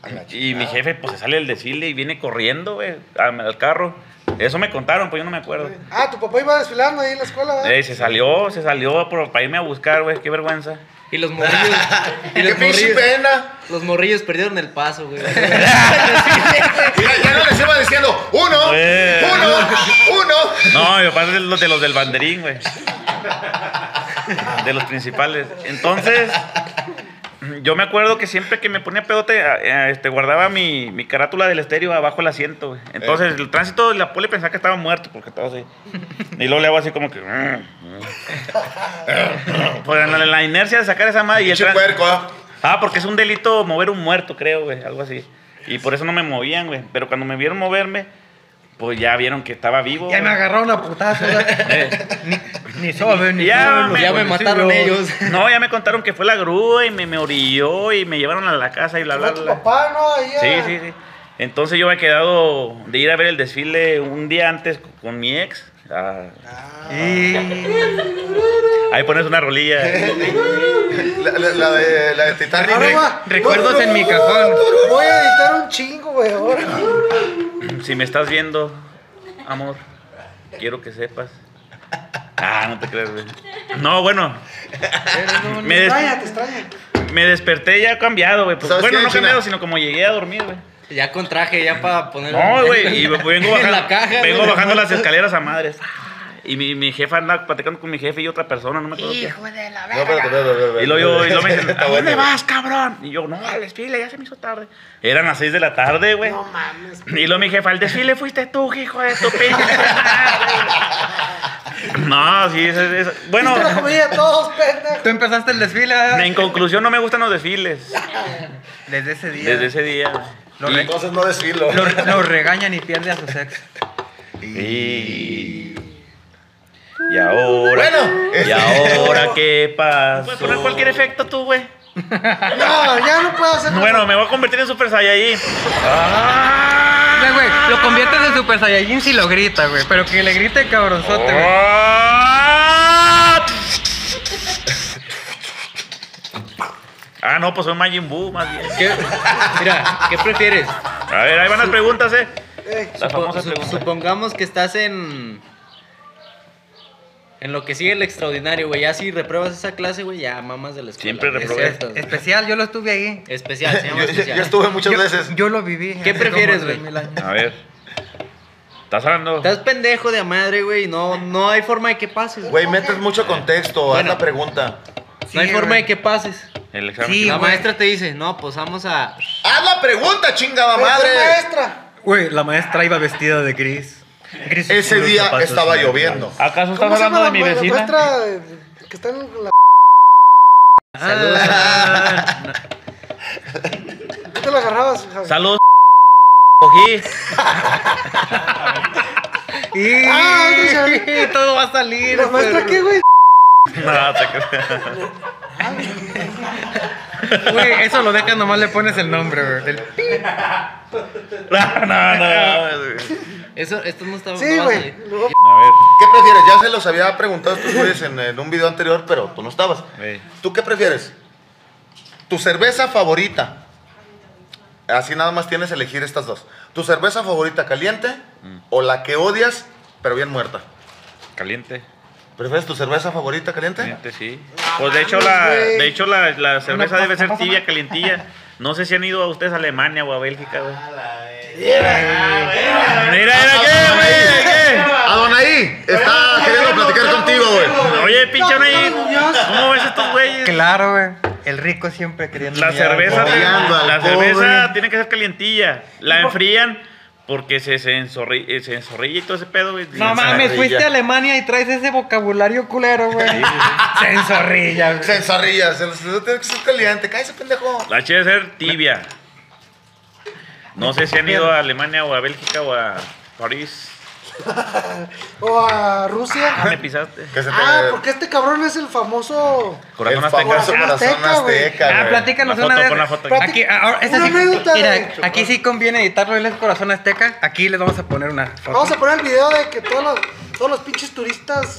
Speaker 1: A la
Speaker 3: Y mi
Speaker 1: chingada.
Speaker 3: jefe pues se sale del desfile y viene corriendo, güey, al al carro. Eso me contaron, pues yo no me acuerdo.
Speaker 5: Ah, tu papá iba desfilando ahí en la escuela, ¿verdad?
Speaker 3: Eh, se salió, se salió por- para irme a buscar, güey, qué vergüenza.
Speaker 6: Y los morrillos. y
Speaker 1: ¡Qué
Speaker 6: los
Speaker 1: pinche
Speaker 6: morrillos.
Speaker 1: pena!
Speaker 6: Los morrillos perdieron el paso, güey.
Speaker 1: Mira, ya no les iba diciendo, uno,
Speaker 3: Eh.
Speaker 1: uno, uno.
Speaker 3: No, mi papá es de los, de los del banderín, güey. De los principales. Entonces, yo me acuerdo que siempre que me ponía pedote, a- a- este, guardaba mi, mi carátula del estéreo abajo del asiento, güey.
Speaker 1: Eh.
Speaker 3: Entonces, el tránsito, la poli pensaba que estaba muerto porque estaba así. Y luego le hago así como que... Por la, la inercia de sacar esa madre y el
Speaker 1: Pinche
Speaker 3: tran-
Speaker 1: puerco, ah.
Speaker 3: Ah, porque es un delito mover un muerto, creo, güey, algo así. Y por eso no me movían, güey. Pero cuando me vieron moverme, pues ya vieron que estaba vivo.
Speaker 2: Ya me
Speaker 3: güey.
Speaker 2: agarraron a putazo. ni, ni saben, ni
Speaker 3: Eh. Ya
Speaker 2: saben los
Speaker 3: me-
Speaker 6: Ya me
Speaker 2: policías.
Speaker 6: mataron ellos.
Speaker 3: No, ya me contaron que fue la grúa y me, me orilló y me llevaron a la casa y bla, bla,
Speaker 5: Fue tu
Speaker 3: bla.
Speaker 5: papá, ¿no? Ahí eh. a-
Speaker 3: Sí, sí, sí. Entonces yo me he quedado de ir a ver el desfile un día antes con- con mi ex. Ah,
Speaker 2: Y...
Speaker 3: ahí pones una rolilla.
Speaker 1: La, la- la de, la de Titanic.
Speaker 5: Ahora
Speaker 1: güey.
Speaker 5: va.
Speaker 2: Recuerdos en mi cajón. Eh.
Speaker 5: Voy a editar un chingo, güey, ahora.
Speaker 3: Si me estás viendo, amor, quiero que sepas. Ah, no te creas, güey. No, bueno. Me,
Speaker 5: Te
Speaker 3: des-
Speaker 5: extraña, te extraña.
Speaker 3: me desperté ya cambiado, güey. Pues,
Speaker 1: ¿Sabes
Speaker 3: bueno,
Speaker 1: qué,
Speaker 3: no
Speaker 1: China?
Speaker 3: cambiado, sino como llegué a dormir, güey.
Speaker 6: Ya con traje, ya para poner.
Speaker 3: No, güey. Y vengo bajando,
Speaker 6: en la caja.
Speaker 3: vengo
Speaker 6: ¿no?
Speaker 3: bajando las escaleras a madres. Y mi, mi jefa andaba platicando con mi jefe y otra persona, no me acuerdo. quién.
Speaker 1: No, espérate, espérate, espérate,
Speaker 3: Y luego, yo, y luego me dicen,
Speaker 1: Está
Speaker 3: ¿a dónde
Speaker 1: bueno.
Speaker 3: vas, cabrón? Y yo, no, al desfile, ya se me hizo tarde. Eran las 6 de la tarde, güey.
Speaker 5: No mames.
Speaker 3: Y luego mi jefa, al desfile fuiste tú, hijo de tu pinche madre". No, sí, eso es. es- Bueno,
Speaker 5: Te la comí de todos, pendejo.
Speaker 2: Tú empezaste el desfile ¿verdad?
Speaker 3: en conclusión, no me gustan los desfiles.
Speaker 2: desde ese día.
Speaker 3: Desde ese día.
Speaker 2: Lo re-
Speaker 1: Entonces no desfilo.
Speaker 2: lo, re- lo regañan y pierde a su sexo.
Speaker 3: Y, y ahora.
Speaker 1: Bueno,
Speaker 3: ¿Y
Speaker 1: este-
Speaker 3: ahora qué pasa?
Speaker 7: Puedes poner cualquier efecto tú, güey.
Speaker 5: No, ya no puedo hacer
Speaker 3: Bueno, me voy a convertir en Super Saiyajin.
Speaker 2: Ya, güey, lo conviertes en Super Saiyajin si lo grita, güey. Pero que le grite
Speaker 1: Oh,
Speaker 2: cabronzote, güey.
Speaker 3: Ah, no, pues soy Majin Buu, más bien.
Speaker 6: ¿Qué- Mira, ¿qué prefieres?
Speaker 3: A ver, ahí van las preguntas, eh. Las
Speaker 6: Supo-
Speaker 3: famosas
Speaker 6: su-
Speaker 3: preguntas.
Speaker 6: supongamos que estás en. En lo que sigue el extraordinario, güey. Ya si repruebas esa clase, güey, ya mamas de la escuela.
Speaker 3: Siempre
Speaker 6: güey, es
Speaker 3: reprobé.
Speaker 6: cierto, güey.
Speaker 2: Especial, yo lo estuve ahí.
Speaker 6: Especial, se
Speaker 1: Yo,
Speaker 6: llama
Speaker 1: yo-
Speaker 6: especial.
Speaker 1: yo estuve muchas
Speaker 2: yo,
Speaker 1: veces.
Speaker 2: Yo lo viví. hace como
Speaker 6: prefieres,
Speaker 2: 3000 años.
Speaker 3: A ver. ¿Estás hablando?
Speaker 6: Estás pendejo de a madre, güey. No, no hay forma de que pases.
Speaker 1: Güey, metes mucho contexto.
Speaker 6: Bueno.
Speaker 1: Haz la pregunta.
Speaker 6: no hay
Speaker 2: Sí,
Speaker 6: forma
Speaker 2: güey.
Speaker 6: de que pases.
Speaker 3: El examen.
Speaker 2: Sí,
Speaker 6: la
Speaker 2: güey.
Speaker 6: maestra te dice, no, pues vamos a.
Speaker 1: ¡Haz la pregunta, chingada
Speaker 5: Madre.
Speaker 1: madre!
Speaker 5: maestra.
Speaker 2: Güey, la maestra iba vestida de gris. Gris
Speaker 1: Ese
Speaker 2: oscuro,
Speaker 1: día
Speaker 2: zapatos
Speaker 1: estaba
Speaker 2: negros.
Speaker 1: lloviendo.
Speaker 3: ¿Acaso estás
Speaker 5: ¿Cómo se
Speaker 3: hablando
Speaker 5: llama
Speaker 3: de
Speaker 5: la
Speaker 3: mi
Speaker 5: ma- la
Speaker 3: vecina?
Speaker 5: maestra eh, que está en la...
Speaker 2: Ah, ah, no.
Speaker 5: ¿Tú te la agarrabas, Javi?
Speaker 3: Saludos. Cogí.
Speaker 2: Y
Speaker 5: Ah, dice-
Speaker 2: todo va a salir.
Speaker 5: ¿La maestra
Speaker 2: pero-
Speaker 5: qué, güey?
Speaker 3: No, te creas.
Speaker 2: Güey, eso lo dejas, nomás le pones el nombre, güey. del-
Speaker 3: No, no, no.
Speaker 6: Eso, esto no está.
Speaker 5: Sí,
Speaker 6: no va a
Speaker 5: güey.
Speaker 6: salir.
Speaker 5: Luego,
Speaker 1: ¿Qué prefieres? Ya se los había preguntado estos güeyes en, en un video anterior, pero tú no estabas.
Speaker 3: A ver.
Speaker 1: ¿Tú qué prefieres? ¿Tu cerveza favorita? Así nada más tienes elegir estas dos. ¿Tu cerveza favorita caliente o la que odias, pero bien muerta?
Speaker 3: Caliente.
Speaker 1: ¿Prefieres tu cerveza favorita caliente?
Speaker 3: Caliente, sí. Pues de hecho, la,
Speaker 5: güey.
Speaker 3: de hecho la, la cerveza
Speaker 2: Una
Speaker 3: debe ser
Speaker 2: pasta,
Speaker 3: tibia, calientilla. No sé si han ido a ustedes a Alemania o a Bélgica, güey. Mira, mira,
Speaker 1: Eh,
Speaker 3: ¿qué, güey?
Speaker 1: Adonai, está queriendo platicar contigo, güey.
Speaker 3: ¿Qué? Oye, pinche ahí.
Speaker 5: Dios.
Speaker 3: ¿Cómo ves estos güeyes?
Speaker 2: Claro, güey. El rico siempre queriendo.
Speaker 3: La
Speaker 2: mirar,
Speaker 3: cerveza,
Speaker 2: güey.
Speaker 1: pobre. Odiando al
Speaker 3: la
Speaker 1: pobre.
Speaker 3: cerveza tiene que ser calientilla. La enfrían porque se, se, enzorri- eh, se enzorrilla y todo ese pedo, güey.
Speaker 2: No mames, fuiste a Alemania y traes ese vocabulario culero, güey. Senzorrilla, güey.
Speaker 1: Senzarrillas, tiene que ser caliente. Cállese, pendejo.
Speaker 3: La chida debe ser tibia. No sé si han ido a Alemania o a Bélgica o a París.
Speaker 5: O a Rusia.
Speaker 3: Ah, me pisaste.
Speaker 1: Que se te...
Speaker 5: Ah, porque este cabrón es el famoso.
Speaker 3: Corazón
Speaker 1: el
Speaker 3: azteca. Ah.
Speaker 1: famoso
Speaker 5: Azteca.
Speaker 1: corazón
Speaker 5: Azteca, güey.
Speaker 1: azteca,
Speaker 2: Ah,
Speaker 1: güey.
Speaker 2: platícanos
Speaker 3: La foto,
Speaker 2: una vez.
Speaker 3: pon la foto.
Speaker 2: Aquí, ahora, esa
Speaker 5: Una
Speaker 2: sí-
Speaker 5: anécdota,
Speaker 2: mira,
Speaker 5: güey.
Speaker 2: aquí sí conviene editarlo. Él es corazón azteca. Aquí les vamos a poner una foto.
Speaker 5: Vamos a poner el video de que todos los, todos los pinches turistas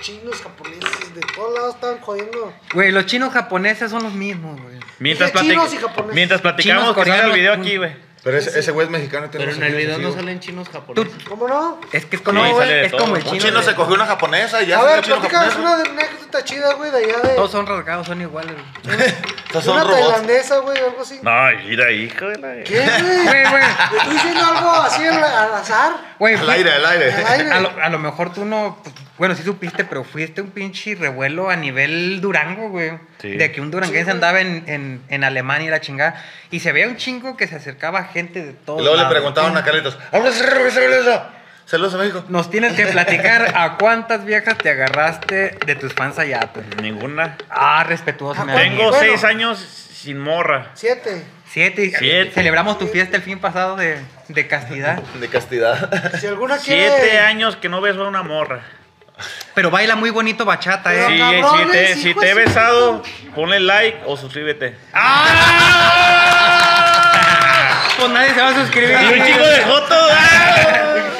Speaker 5: chinos, japoneses, de todos lados estaban jodiendo.
Speaker 2: Güey, los chinos japoneses son los mismos, güey.
Speaker 3: Mientras,
Speaker 5: Dije
Speaker 3: platic-
Speaker 5: chinos y japoneses.
Speaker 3: mientras platicamos,
Speaker 2: Chinos,
Speaker 3: que salga el
Speaker 2: coreanos,
Speaker 3: video
Speaker 2: mm.
Speaker 3: aquí, güey.
Speaker 1: Pero ese, ese güey es mexicano. y tiene
Speaker 6: Pero en
Speaker 1: los
Speaker 6: el video no
Speaker 1: ofensivos.
Speaker 6: salen chinos japoneses.
Speaker 5: ¿Cómo no?
Speaker 2: Es que es como,
Speaker 3: Sí,
Speaker 2: güey,
Speaker 3: sale de
Speaker 2: es como
Speaker 3: todo.
Speaker 1: Un
Speaker 2: el chino.
Speaker 1: chino
Speaker 2: güey.
Speaker 1: se cogió una japonesa y ya
Speaker 5: A
Speaker 1: salió
Speaker 5: ver,
Speaker 1: chino
Speaker 5: platícanos
Speaker 1: japonés,
Speaker 5: una anécdota chida, güey, de allá de.
Speaker 2: Todos son rasgados, son iguales, güey.
Speaker 1: Estos son
Speaker 5: Una
Speaker 1: robots.
Speaker 5: tailandesa, güey, o algo así.
Speaker 3: No, mira, hijo de la.
Speaker 5: ¿Qué, güey?
Speaker 2: Güey, güey.
Speaker 5: Estoy diciendo algo así al, al azar.
Speaker 2: Güey,
Speaker 1: Al aire, al
Speaker 5: Al
Speaker 1: aire.
Speaker 5: aire.
Speaker 2: A lo, a lo mejor tú no, pues, Bueno, sí supiste, pero fuiste un pinche revuelo a nivel Durango, güey.
Speaker 3: Sí.
Speaker 2: De que un duranguense
Speaker 5: Sí, güey.
Speaker 2: andaba en, en, en Alemania y la chingada. Y se veía un chingo que se acercaba gente de todo.
Speaker 1: Y luego le preguntaban a Carlitos, ¡Habla cerveza, cerveza! Saludos a México.
Speaker 2: Nos tienes que platicar a cuántas viejas te agarraste de tus fans allá, pues.
Speaker 3: Ninguna.
Speaker 2: Ah, respetuoso,
Speaker 5: ¿A
Speaker 2: mi
Speaker 5: cuánto?
Speaker 2: amigo.
Speaker 3: Tengo
Speaker 5: Bueno.
Speaker 3: seis años sin morra.
Speaker 5: Siete.
Speaker 2: Siete. y-
Speaker 3: Siete.
Speaker 2: Celebramos tu fiesta el fin pasado de, de castidad.
Speaker 1: De castidad.
Speaker 5: Si alguna quiere.
Speaker 3: Siete años que no beso a una morra.
Speaker 2: Pero baila muy bonito bachata,
Speaker 5: Pero
Speaker 3: Sí,
Speaker 2: eh.
Speaker 5: cabrones,
Speaker 3: si te,
Speaker 5: hijo
Speaker 3: si te
Speaker 5: de
Speaker 3: he
Speaker 5: su-
Speaker 3: besado, ponle like o suscríbete.
Speaker 2: Pues nadie se va a suscribir.
Speaker 3: Y un chico de Joto. ¡ah!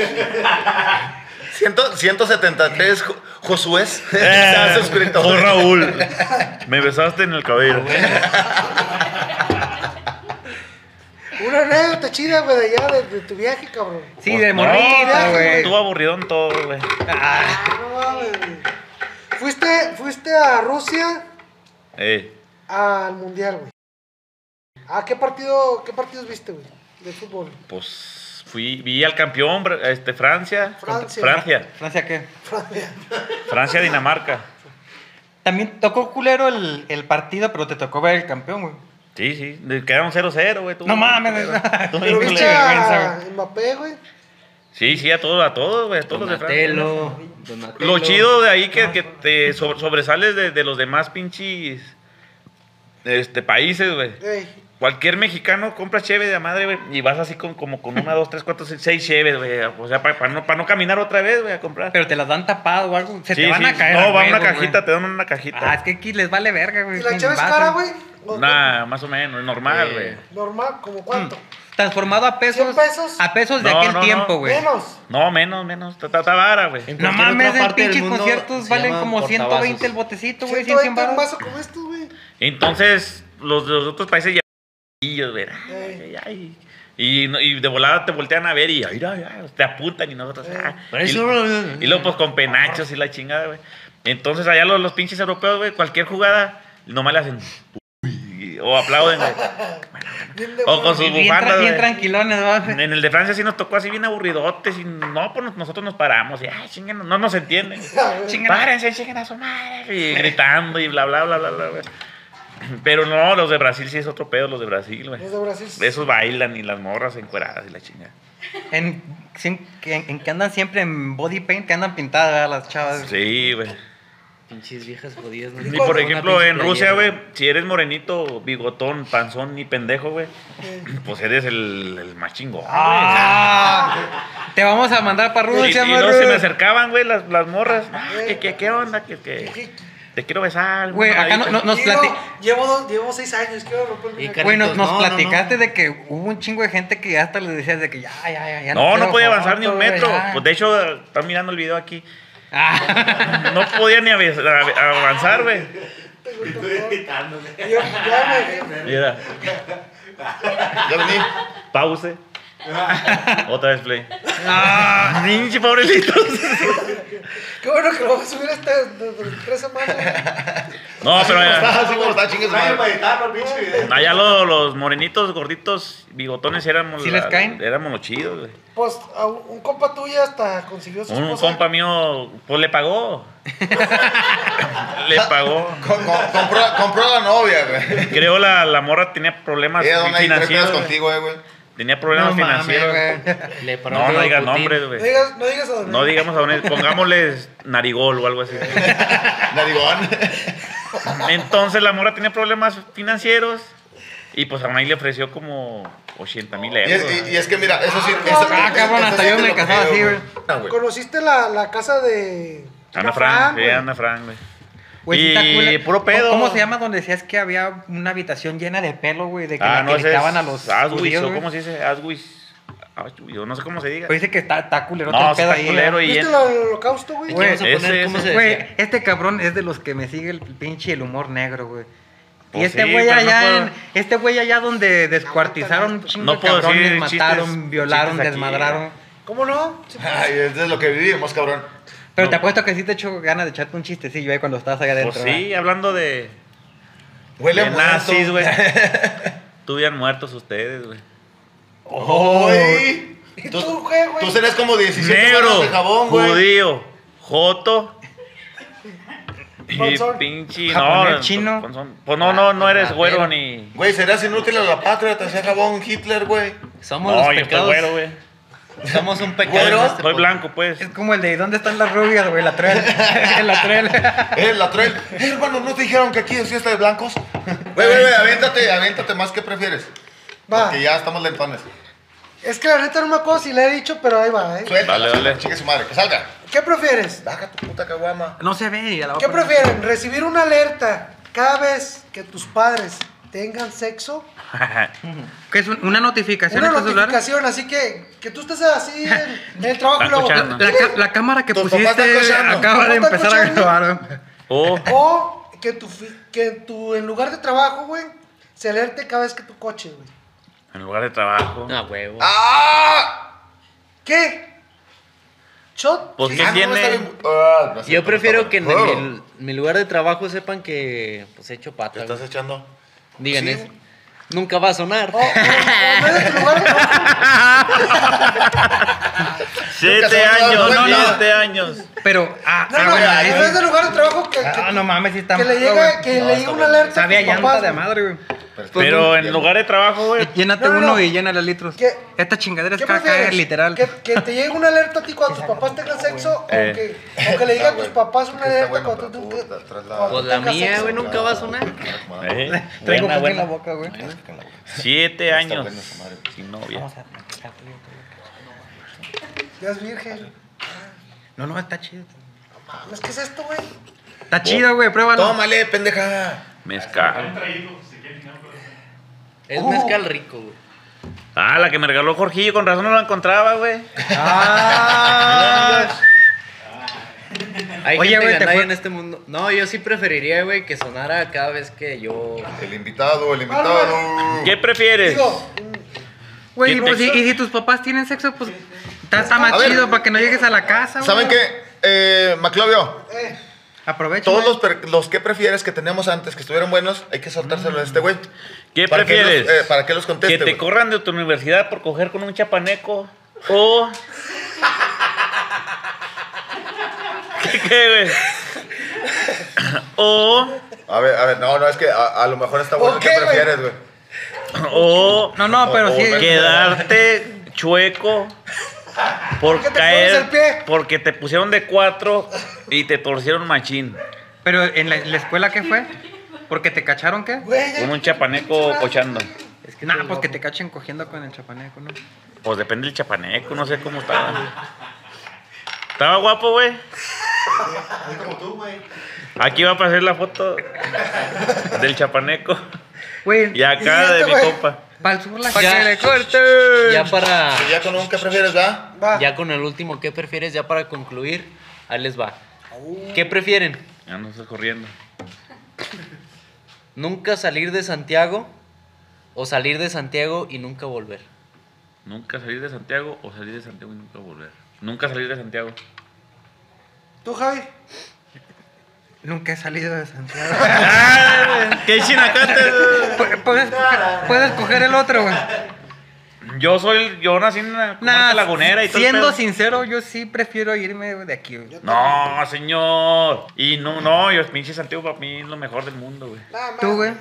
Speaker 1: Ciento- 173 Jo- Josué se ha suscrito.
Speaker 3: Oh, Raúl, me besaste en el cabello.
Speaker 5: Una anécdota chida, güey, de allá, de, de tu viaje, cabrón.
Speaker 2: Sí, de
Speaker 3: Pues No,
Speaker 2: morrita, güey.
Speaker 3: Estuvo aburridón todo, güey.
Speaker 2: Ah,
Speaker 5: Ah, no mames, güey. Fuiste, fuiste a Rusia
Speaker 3: Ey.
Speaker 5: al mundial, güey. ¿A qué partido, qué partidos viste, güey? De fútbol.
Speaker 3: Pues fui, vi al campeón, br- este, Francia.
Speaker 5: Francia.
Speaker 3: Francia.
Speaker 2: Francia, ¿qué?
Speaker 3: Francia, Dinamarca.
Speaker 2: También tocó culero el, el partido, pero te tocó ver el campeón, güey.
Speaker 3: Sí, sí. le Quedaron 0-0, güey. tú.
Speaker 2: No mames.
Speaker 3: Tú bien
Speaker 5: Pero viste
Speaker 3: culero.
Speaker 5: a Mbappé, güey.
Speaker 3: Sí, sí, a todos, a todos, güey. A todos los de Francia.
Speaker 6: Donatello. Donatello.
Speaker 3: Lo chido de ahí que, que te sobre- sobresales de, de los demás pinches este, países, güey.
Speaker 5: Ey,
Speaker 3: Cualquier mexicano compra cheve de la madre, güey. Y vas así con, como con una, dos, tres, cuatro, seis, seis cheves, güey. O sea, para no, pa no caminar otra vez, güey, a comprar.
Speaker 2: Pero te las dan tapado o algo. Se
Speaker 3: Sí,
Speaker 2: te van
Speaker 3: sí,
Speaker 2: a caer.
Speaker 3: No,
Speaker 2: a
Speaker 3: va una
Speaker 2: huevo, güey.
Speaker 3: cajita, te dan una cajita.
Speaker 2: Ah, es que aquí les vale verga, güey.
Speaker 5: ¿Y la
Speaker 2: sin
Speaker 5: chava es
Speaker 2: vaso.
Speaker 5: cara, güey? ¿O
Speaker 3: Nah, más o menos, es normal,
Speaker 6: Eh,
Speaker 3: güey.
Speaker 5: Normal, ¿como cuánto?
Speaker 2: Transformado a
Speaker 5: 100
Speaker 2: pesos.
Speaker 5: pesos.
Speaker 2: A pesos de
Speaker 3: No,
Speaker 2: aquel
Speaker 3: no, no.
Speaker 2: tiempo, güey.
Speaker 5: Menos.
Speaker 3: No, menos, menos. Está, está- está vara, güey.
Speaker 6: En
Speaker 2: No
Speaker 6: cualquier otra
Speaker 2: mames, en
Speaker 6: parte del
Speaker 2: pinches
Speaker 6: mundo
Speaker 2: conciertos
Speaker 6: se
Speaker 2: valen
Speaker 6: llaman
Speaker 2: como 120 el
Speaker 6: portavasos.
Speaker 2: botecito, güey. 100, 100
Speaker 5: 120 un
Speaker 2: baros.
Speaker 5: vaso como estos, güey.
Speaker 3: Entonces, los de los otros países ya. Y yo, güey, ay, ay, ay. Y, no- y de volada te voltean a ver y ay, ay, ay, te apuntan y nosotros. ah.
Speaker 6: Pero
Speaker 3: Y-
Speaker 6: eso-
Speaker 3: y, luego, pues con penachos y la chingada, güey. Entonces, allá los, los pinches europeos, güey, cualquier jugada, nomás le hacen. "Uy", o aplauden, güey.
Speaker 5: Bien de
Speaker 3: O
Speaker 5: huevo.
Speaker 3: con sus
Speaker 2: Y bien, tra-
Speaker 3: bufandas,
Speaker 2: bien
Speaker 3: Pues güey.
Speaker 2: tranquilones, va.
Speaker 3: En el de Francia sí nos tocó así bien aburridotes y no, pues nos- nosotros nos paramos y ay, chinguen, no nos entienden.
Speaker 2: Chinga,
Speaker 3: Párense, chinguen a su madre. Y gritando y bla, bla, bla, bla, bla. güey. Pero no, los de Brasil sí es otro pedo, los de Brasil, güey.
Speaker 5: Los de Brasil.
Speaker 3: Esos bailan y las morras encueradas y la chingada.
Speaker 2: En, sin- que- en, que andan siempre en body paint, que andan pintadas ¿verdad? las chavas.
Speaker 3: Sí, güey.
Speaker 6: Pinches viejas jodidas.
Speaker 3: Y por ejemplo, en Rusia, güey,
Speaker 6: güey.
Speaker 3: si eres morenito, bigotón, panzón ni pendejo, güey, pues eres el, el más chingón. güey.
Speaker 2: Ah, te vamos a mandar para
Speaker 3: Y,
Speaker 2: Rusia,
Speaker 3: y no se me
Speaker 2: morro.
Speaker 3: acercaban, güey, las, las morras. Ah, ¿qué, qué, qué onda? ¿Qué, qué?
Speaker 5: Quiero-
Speaker 3: Te quiero besar.
Speaker 2: Güey, acá no- no- nos plati-
Speaker 5: Llevo, dos- llevo seis años, quiero romper
Speaker 6: Y
Speaker 5: mi
Speaker 6: Carlitos,
Speaker 2: Güey, nos, nos
Speaker 6: no, no,
Speaker 2: platicaste
Speaker 6: no.
Speaker 2: de que hubo un chingo de gente que hasta les decías de que ya, ya, ya. ya
Speaker 3: No, no
Speaker 2: quiero
Speaker 3: podía avanzar ni un
Speaker 2: foto,
Speaker 3: metro.
Speaker 2: ya.
Speaker 3: Pues de hecho, están mirando el video aquí.
Speaker 2: Ah,
Speaker 3: No podía ni aves- a- avanzar, güey.
Speaker 5: Y yo, ya me
Speaker 3: Mira,
Speaker 1: Ya vení.
Speaker 3: pause. Otra vez play. Ah, ninche, pobrecitos.
Speaker 5: Qué bueno que lo voy a subir hasta dentro de tres semanas.
Speaker 3: No, pero allá,
Speaker 1: Así como está, chingue su madre.
Speaker 3: allá lo- los morenitos, gorditos, bigotones éramos,
Speaker 2: ¿Sí
Speaker 3: la-
Speaker 2: les caen?
Speaker 3: éramos los chidos, güey.
Speaker 5: Pues a un, un compa tuyo hasta consiguió su
Speaker 3: Un
Speaker 5: esposa.
Speaker 3: compa mío, pues le pagó. le pagó.
Speaker 1: Com- com- compró, compró la novia, güey.
Speaker 3: Creo la, la morra tenía problemas
Speaker 1: Ella donde hay tres pedos
Speaker 3: financieros. güey.
Speaker 1: contigo, eh, Ah, güey.
Speaker 3: Tenía
Speaker 2: no
Speaker 3: problemas
Speaker 2: mames,
Speaker 3: financieros.
Speaker 2: güey.
Speaker 6: Le paró
Speaker 3: No,
Speaker 6: el
Speaker 3: no
Speaker 6: dedo
Speaker 3: digas
Speaker 6: Putin.
Speaker 3: nombres,
Speaker 5: No
Speaker 3: güey.
Speaker 5: digas, no digas a dónde.
Speaker 3: No digamos a dónde. Pongámosles narigol o algo así.
Speaker 1: Narigón.
Speaker 3: Entonces la mora tenía problemas financieros y pues a Anaí le ofreció como 80 mil
Speaker 1: Y
Speaker 3: euros.
Speaker 1: es, y- y es que mira, eso sí.
Speaker 5: Ah,
Speaker 1: eso-
Speaker 5: cabrón,
Speaker 1: eso- eso
Speaker 2: hasta
Speaker 1: sí
Speaker 2: yo
Speaker 1: te
Speaker 2: me
Speaker 1: lo
Speaker 2: casaba
Speaker 1: creo,
Speaker 2: así, güey.
Speaker 1: Ah, güey.
Speaker 5: Conociste la, la casa de.
Speaker 3: Ana Fran, sí,
Speaker 5: güey.
Speaker 3: Ana Fran, güey.
Speaker 2: Güey, Pues sí
Speaker 3: Y
Speaker 2: está cool.
Speaker 3: puro pedo.
Speaker 2: ¿Cómo se llama donde decías que había una habitación llena de pelo, güey? De que
Speaker 3: Ah,
Speaker 2: la
Speaker 3: no,
Speaker 2: que
Speaker 3: ese es
Speaker 2: gritaban a los
Speaker 3: Aswis,
Speaker 2: judíos,
Speaker 3: o
Speaker 2: güey? Pues,
Speaker 3: cómo se dice, Aswis. Aswis, o no sé cómo se diga.
Speaker 2: Pero dice que está, está culero todo
Speaker 3: No,
Speaker 2: el
Speaker 3: sí
Speaker 2: pedo
Speaker 3: está
Speaker 2: ahí,
Speaker 3: culero
Speaker 2: güey.
Speaker 3: y...
Speaker 5: ¿Viste lo del holocausto, güey?
Speaker 6: Aquí vamos a
Speaker 3: Ese,
Speaker 6: poner cómo
Speaker 3: ese.
Speaker 6: se
Speaker 2: Güey,
Speaker 6: decía.
Speaker 2: este cabrón es de los que me sigue el pinche el humor negro, güey. y
Speaker 3: Pues
Speaker 2: este
Speaker 3: sí,
Speaker 2: güey
Speaker 3: pero no
Speaker 2: allá
Speaker 3: puedo-
Speaker 2: en- este güey allá donde descuartizaron un chingo
Speaker 3: No
Speaker 2: de
Speaker 3: puedo decir
Speaker 2: cabrones,
Speaker 3: chistes-
Speaker 2: mataron, violaron,
Speaker 3: chistes aquí,
Speaker 2: desmadraron.
Speaker 5: ¿Cómo no? Sí, pues.
Speaker 1: Ay, eso es lo que vivimos, cabrón.
Speaker 2: Pero
Speaker 3: No.
Speaker 2: te apuesto que sí te echo ganas de echarte un chistecillo ahí cuando estabas allá
Speaker 3: Pues
Speaker 2: adentro.
Speaker 3: sí, hablando de,
Speaker 1: Huele a
Speaker 3: de nazis,
Speaker 1: muerto.
Speaker 3: güey. Estuvieran muertos ustedes, güey.
Speaker 1: Uy.
Speaker 5: ¿Y
Speaker 1: Tú,
Speaker 5: tú, güey, güey?
Speaker 1: tú serás como 17
Speaker 3: Negro,
Speaker 1: varas de jabón, güey.
Speaker 3: judío, joto Y
Speaker 5: Panzón.
Speaker 3: pinche,
Speaker 2: Japonés,
Speaker 3: no,
Speaker 2: chino. Ah,
Speaker 3: panzón. Pues no, no, no eres güero ni.
Speaker 1: Güey, serías inútil a la patria, te hacía jabón Hitler, güey.
Speaker 6: Somos
Speaker 3: No,
Speaker 6: los
Speaker 3: yo estoy
Speaker 6: pecados.
Speaker 3: güero, güey.
Speaker 6: Somos un pecado.
Speaker 1: Güero,
Speaker 6: en este
Speaker 3: Soy
Speaker 6: podcast.
Speaker 3: blanco, pues.
Speaker 2: Es como el de ¿dónde están las rubias, güey? La trail. la trail.
Speaker 1: Eh, la trail. Eh, hermano, ¿no te dijeron que aquí es fiesta de blancos? Güey, güey, güey, aviéntate, aviéntate más, ¿qué prefieres?
Speaker 5: Va.
Speaker 1: Porque ya estamos lentones.
Speaker 5: Es que la neta no me acuerdo si le he dicho, pero ahí va, ¿eh?
Speaker 1: Suelta,
Speaker 3: Dale, dale.
Speaker 1: Chique su madre, que salga.
Speaker 5: ¿Qué prefieres?
Speaker 1: Baja tu puta caguama.
Speaker 2: No se ve. ya la voy a
Speaker 5: ¿Qué
Speaker 2: poner.
Speaker 5: prefieren? ¿Recibir una alerta cada vez que tus padres tengan sexo?
Speaker 2: ¿Qué es un- una notificación
Speaker 5: Una
Speaker 2: en tu celular?
Speaker 5: notificación, así que, que tú estés así en, en el trabajo y luego...
Speaker 2: La,
Speaker 3: escuchando.
Speaker 2: la ca- la cámara que
Speaker 1: Tu papá está
Speaker 2: pusiste
Speaker 1: escuchando.
Speaker 2: acaba de
Speaker 5: Tu papá está
Speaker 2: empezar a
Speaker 5: escuchando.
Speaker 2: grabar. güey.
Speaker 3: Oh,
Speaker 5: O que tu, fi- que tu, en lugar de trabajo, güey, se alerte cada vez que tu coche, güey.
Speaker 3: en lugar de trabajo.
Speaker 6: Ah, huevo.
Speaker 1: ¡Ah!
Speaker 5: ¿Qué? ¿Shot?
Speaker 3: Pues
Speaker 1: Ah,
Speaker 3: qué
Speaker 1: no, está
Speaker 3: tiene.
Speaker 1: bien. Ah, no es
Speaker 6: Yo
Speaker 1: cierto,
Speaker 6: prefiero
Speaker 1: no
Speaker 6: que
Speaker 1: está
Speaker 6: en
Speaker 1: bien. Oh.
Speaker 6: mi, mi lugar de trabajo sepan que pues he hecho
Speaker 1: ¿Te
Speaker 6: pata.
Speaker 1: estás
Speaker 6: güey.
Speaker 1: echando?
Speaker 6: Digan
Speaker 1: Sí.
Speaker 6: eso. Nunca va a sonar.
Speaker 5: O, o- o no es de tu lugar de trabajo.
Speaker 1: Nunca se
Speaker 3: Siete
Speaker 1: me había dado
Speaker 3: años,
Speaker 1: cuenta.
Speaker 3: siete años.
Speaker 2: Pero, ah,
Speaker 5: No,
Speaker 2: ah,
Speaker 5: no,
Speaker 2: bueno,
Speaker 5: no
Speaker 2: ahí sí.
Speaker 5: es de lugar de trabajo que,
Speaker 2: Ah,
Speaker 5: que,
Speaker 2: no mames, sí está
Speaker 5: que le
Speaker 2: malo,
Speaker 5: llega,
Speaker 2: güey.
Speaker 5: que
Speaker 1: No,
Speaker 5: le
Speaker 1: está
Speaker 5: llega una
Speaker 1: bueno.
Speaker 5: alerta
Speaker 2: Sabía
Speaker 5: a tus
Speaker 2: llanta
Speaker 5: papás,
Speaker 2: de
Speaker 5: güey.
Speaker 2: madre, güey.
Speaker 1: Pues
Speaker 3: Pero en lugar de trabajo, güey.
Speaker 2: Llénate
Speaker 5: No, no,
Speaker 2: uno
Speaker 5: no.
Speaker 2: y llénale litros.
Speaker 5: ¿Qué-
Speaker 2: Esta chingadera es
Speaker 5: ¿Qué
Speaker 2: caca,
Speaker 5: prefieres?
Speaker 2: literal.
Speaker 5: ¿Que, que te llegue una alerta a ti cuando tus papás tengan sexo
Speaker 3: Eh.
Speaker 5: o, que, o que le diga a tus papás una
Speaker 1: Está
Speaker 5: alerta
Speaker 1: bueno,
Speaker 5: cuando
Speaker 1: pero
Speaker 5: tú
Speaker 1: puta,
Speaker 5: cuando
Speaker 1: tras la-
Speaker 5: tú
Speaker 6: Pues la
Speaker 5: tengas
Speaker 6: mía,
Speaker 5: sexo?
Speaker 6: güey, nunca va a sonar.
Speaker 3: Eh, buena,
Speaker 2: Traigo coca en
Speaker 3: buena.
Speaker 2: la boca, güey.
Speaker 3: Siete
Speaker 1: Está
Speaker 3: años
Speaker 1: buena esa madre.
Speaker 3: sin novia.
Speaker 5: Ya es virgen.
Speaker 2: No, no, está chido.
Speaker 5: ¿Es que es esto, güey?
Speaker 2: Está chido, güey, pruébalo.
Speaker 1: Tómale, pendeja.
Speaker 3: Mezcal.
Speaker 6: Es
Speaker 2: Oh.
Speaker 6: mezcal rico, güey.
Speaker 3: Ah, la que me regaló Jorgillo, con razón no la encontraba, güey.
Speaker 2: Ah,
Speaker 6: Hay
Speaker 2: Oye,
Speaker 6: gente
Speaker 2: güey, te
Speaker 6: ganada
Speaker 2: fue-
Speaker 6: en este mundo. No, yo sí preferiría, güey, que sonara cada vez que yo.
Speaker 1: El invitado, el invitado.
Speaker 3: ¿Qué prefieres?
Speaker 5: Digo,
Speaker 2: güey,
Speaker 3: ¿Quién
Speaker 2: pues,
Speaker 3: te-
Speaker 2: y, y si tus papás tienen sexo, pues está, está más
Speaker 1: A ver.
Speaker 2: chido para que no llegues a la casa, güey.
Speaker 1: ¿Saben qué? Eh, Maclovio,
Speaker 5: eh,
Speaker 2: Aprovecha.
Speaker 1: todos
Speaker 2: güey.
Speaker 1: los, per- los que prefieres que teníamos antes, que estuvieron buenos, hay que soltárselo a este güey.
Speaker 3: ¿Qué
Speaker 1: ¿Para que
Speaker 3: prefieres?
Speaker 1: los- eh, ¿Para que los
Speaker 3: Que
Speaker 1: conteste?
Speaker 3: te
Speaker 1: güey?
Speaker 3: corran de tu universidad por coger con un chapaneco. O. ¿Qué, qué, güey? O.
Speaker 1: A ver, a ver, no, no, es que a, a lo mejor está bueno.
Speaker 5: Ok,
Speaker 1: ¿Qué
Speaker 5: güey.
Speaker 1: prefieres, güey?
Speaker 3: O.
Speaker 2: No, no, pero
Speaker 1: O- o
Speaker 2: sí.
Speaker 1: ver-
Speaker 3: Quedarte chueco. Por
Speaker 5: Porque te
Speaker 3: caer.
Speaker 5: pones el pie.
Speaker 3: Porque te pusieron de cuatro y te torcieron machín.
Speaker 2: Pero en la, la escuela, ¿qué fue? ¿Porque te cacharon qué?
Speaker 5: güey.
Speaker 3: Con un chapaneco cochando.
Speaker 6: Es que
Speaker 2: Nah,
Speaker 6: estoy
Speaker 2: pues que te
Speaker 6: loco.
Speaker 2: cachen cogiendo con el chapaneco, ¿no?
Speaker 3: Pues depende del chapaneco, no sé cómo estaba. Estaba guapo, güey. Aquí va a aparecer la foto del chapaneco.
Speaker 2: Güey,
Speaker 3: Y acá de mi
Speaker 5: Siguiente, güey.
Speaker 3: compa.
Speaker 2: pa'l sur la
Speaker 6: Ya.
Speaker 2: que le corte.
Speaker 6: Ya para.
Speaker 1: Y ya con un ¿qué prefieres, va?
Speaker 5: Va.
Speaker 6: Ya con el último, ¿qué prefieres? Ya para concluir, ahí les va. ¿Qué prefieren?
Speaker 3: Ya no estás corriendo.
Speaker 6: ¿Nunca salir de Santiago o salir de Santiago y nunca volver?
Speaker 3: Nunca salir de Santiago o salir de Santiago y nunca volver. Nunca salir de Santiago.
Speaker 5: ¿Tú, Javi?
Speaker 2: Nunca he salido de Santiago.
Speaker 3: ¡Qué chinacate!
Speaker 2: Pu- Puedes, coger- puedes coger el otro, güey.
Speaker 3: Yo soy, el- yo nací en una comarca lagunera y todo. el
Speaker 2: siendo
Speaker 3: pedo.
Speaker 2: sincero, yo sí prefiero irme de aquí, güey.
Speaker 3: No, señor. Y no, no, yo pinche Santiago para mí es lo mejor del mundo, güey.
Speaker 5: Nada
Speaker 2: Tú,
Speaker 5: más.
Speaker 2: güey.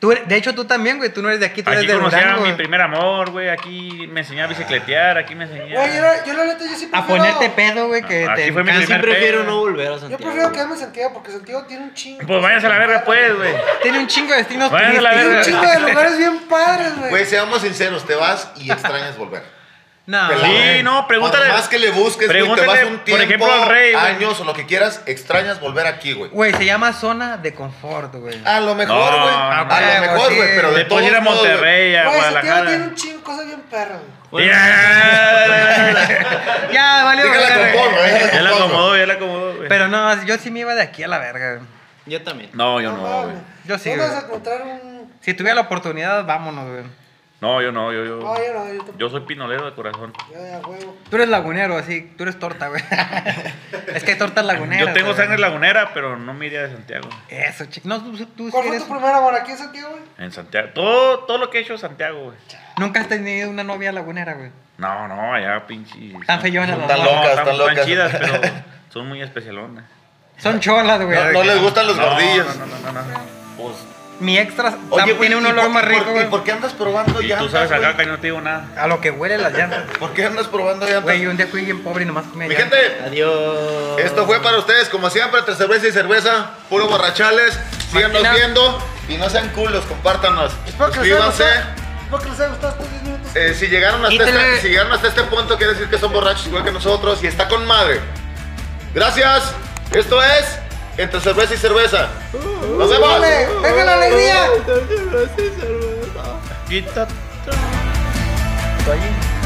Speaker 2: Tú eres- de hecho, tú también, güey. Tú no eres de aquí, tú
Speaker 3: Aquí
Speaker 2: eres de
Speaker 3: conocí a
Speaker 2: Durango.
Speaker 3: mi
Speaker 2: güey.
Speaker 3: primer amor, güey. Aquí me enseñé a
Speaker 1: Ah.
Speaker 3: bicicletear, aquí me enseñé
Speaker 5: Güey, yo,
Speaker 3: a...
Speaker 5: la- yo la neta, yo sí prefiero...
Speaker 2: A ponerte pedo, güey, que
Speaker 3: Ah, Aquí
Speaker 2: te
Speaker 3: fue mi
Speaker 2: canses.
Speaker 3: primer-
Speaker 6: Prefiero
Speaker 3: pedo.
Speaker 6: no volver a
Speaker 5: Yo
Speaker 6: Santiago.
Speaker 5: prefiero quedarme en Santiago porque Santiago tiene un chingo.
Speaker 3: Pues váyanse a la verga, pues, güey.
Speaker 2: Tiene un chingo de destinos
Speaker 3: Bueno, la
Speaker 5: Tiene un
Speaker 3: verga.
Speaker 5: chingo de lugares bien padres,
Speaker 1: Güey,
Speaker 3: Pues,
Speaker 5: güey.
Speaker 1: seamos sinceros, te vas y extrañas volver.
Speaker 2: No,
Speaker 1: Pelado.
Speaker 3: Ah, Sí, no, pregúntale-
Speaker 1: ¿eh? Por más que le busques, güey, te
Speaker 3: pregúntale,
Speaker 1: vas un
Speaker 3: por
Speaker 1: tiempo,
Speaker 3: ejemplo, al rey, güey.
Speaker 1: años o lo que quieras, extrañas volver aquí, güey.
Speaker 2: güey, se llama zona de confort, güey.
Speaker 1: A lo mejor,
Speaker 3: No,
Speaker 1: güey.
Speaker 3: no,
Speaker 1: a lo
Speaker 2: no.
Speaker 1: mejor, güey, pero de
Speaker 3: Te
Speaker 1: todos
Speaker 3: puedes ir a
Speaker 1: modos, güey.
Speaker 3: Monterrey, a
Speaker 5: Güey, Santiago tiene
Speaker 3: Guadalajara. Pues,
Speaker 5: un chingo de cosas bien perras, güey.
Speaker 3: Ya
Speaker 2: Ya, valió.
Speaker 1: Déjala con
Speaker 2: verga, güey.
Speaker 1: porro, eh, déjala
Speaker 3: Ya la
Speaker 1: con porro.
Speaker 3: acomodó, ya la acomodó, güey.
Speaker 2: Pero no, yo sí me iba de aquí a la verga, güey.
Speaker 6: Yo también.
Speaker 3: No, yo no,
Speaker 5: mames.
Speaker 3: güey.
Speaker 2: Yo sí,
Speaker 5: No vas a
Speaker 2: güey.
Speaker 5: encontrar un...
Speaker 2: Si tuviera la oportunidad, vámonos, güey.
Speaker 3: No, yo no, yo, yo.
Speaker 5: No, yo no, yo tampoco.
Speaker 3: Yo soy pinolero de corazón.
Speaker 5: Ya, ya, huevo.
Speaker 2: Tú eres lagunero, así. Tú eres torta, güey. es que hay tortas laguneras.
Speaker 3: Yo tengo
Speaker 2: güey.
Speaker 3: sangre lagunera, pero no me iría de Santiago.
Speaker 2: Eso, chico. No, tú, tú sí
Speaker 5: ¿Cuál fue
Speaker 2: eres-
Speaker 5: tu primer amor aquí en Santiago, güey?
Speaker 3: En Santiago. Todo, todo lo que he hecho en Santiago, güey.
Speaker 2: Nunca has tenido una novia lagunera, güey.
Speaker 3: No, no, allá pinche.
Speaker 2: Tan feyonas las
Speaker 1: Tan
Speaker 2: morras.
Speaker 1: locas, tan
Speaker 3: tan- tan
Speaker 1: locas.
Speaker 3: chidas, pero Son muy especialonas.
Speaker 2: Son cholas, güey.
Speaker 1: No, no les gustan los gordillos.
Speaker 3: No, no, no, no, no. Pues,
Speaker 2: Mi extra tam-
Speaker 1: güey,
Speaker 2: tiene
Speaker 1: ¿y
Speaker 2: un olor
Speaker 1: por-
Speaker 2: más
Speaker 1: y por-
Speaker 2: rico,
Speaker 1: ¿Y
Speaker 2: güey.
Speaker 1: por qué andas probando
Speaker 3: y tú
Speaker 1: llantas,
Speaker 3: sabes acá
Speaker 1: güey?
Speaker 3: que yo no te digo nada.
Speaker 2: A lo que huele las llantas.
Speaker 1: ¿Por qué andas probando llantas?
Speaker 2: Güey, un día fui bien pobre y nomás comía
Speaker 1: Mi
Speaker 2: llantas.
Speaker 1: gente,
Speaker 6: Adiós.
Speaker 1: esto fue para ustedes, como siempre, entre cerveza y cerveza, puro borrachales. Síganos
Speaker 2: Máquina.
Speaker 1: viendo y no sean culos, compártanos.
Speaker 5: Espero que les haya
Speaker 1: Suscríbanse.
Speaker 5: gustado. Espero que les haya gustado estos 10 minutos.
Speaker 1: Eh, si, llegaron hasta
Speaker 2: Quítale.
Speaker 1: este, si llegaron hasta este punto, quiere decir que son borrachos igual que nosotros y está con madre. Gracias. Esto es Entre Cerveza y Cerveza. Nos vemos.
Speaker 5: ¡Dale! ¡Venga la alegría!
Speaker 3: Quítate.
Speaker 2: Estoy ahí.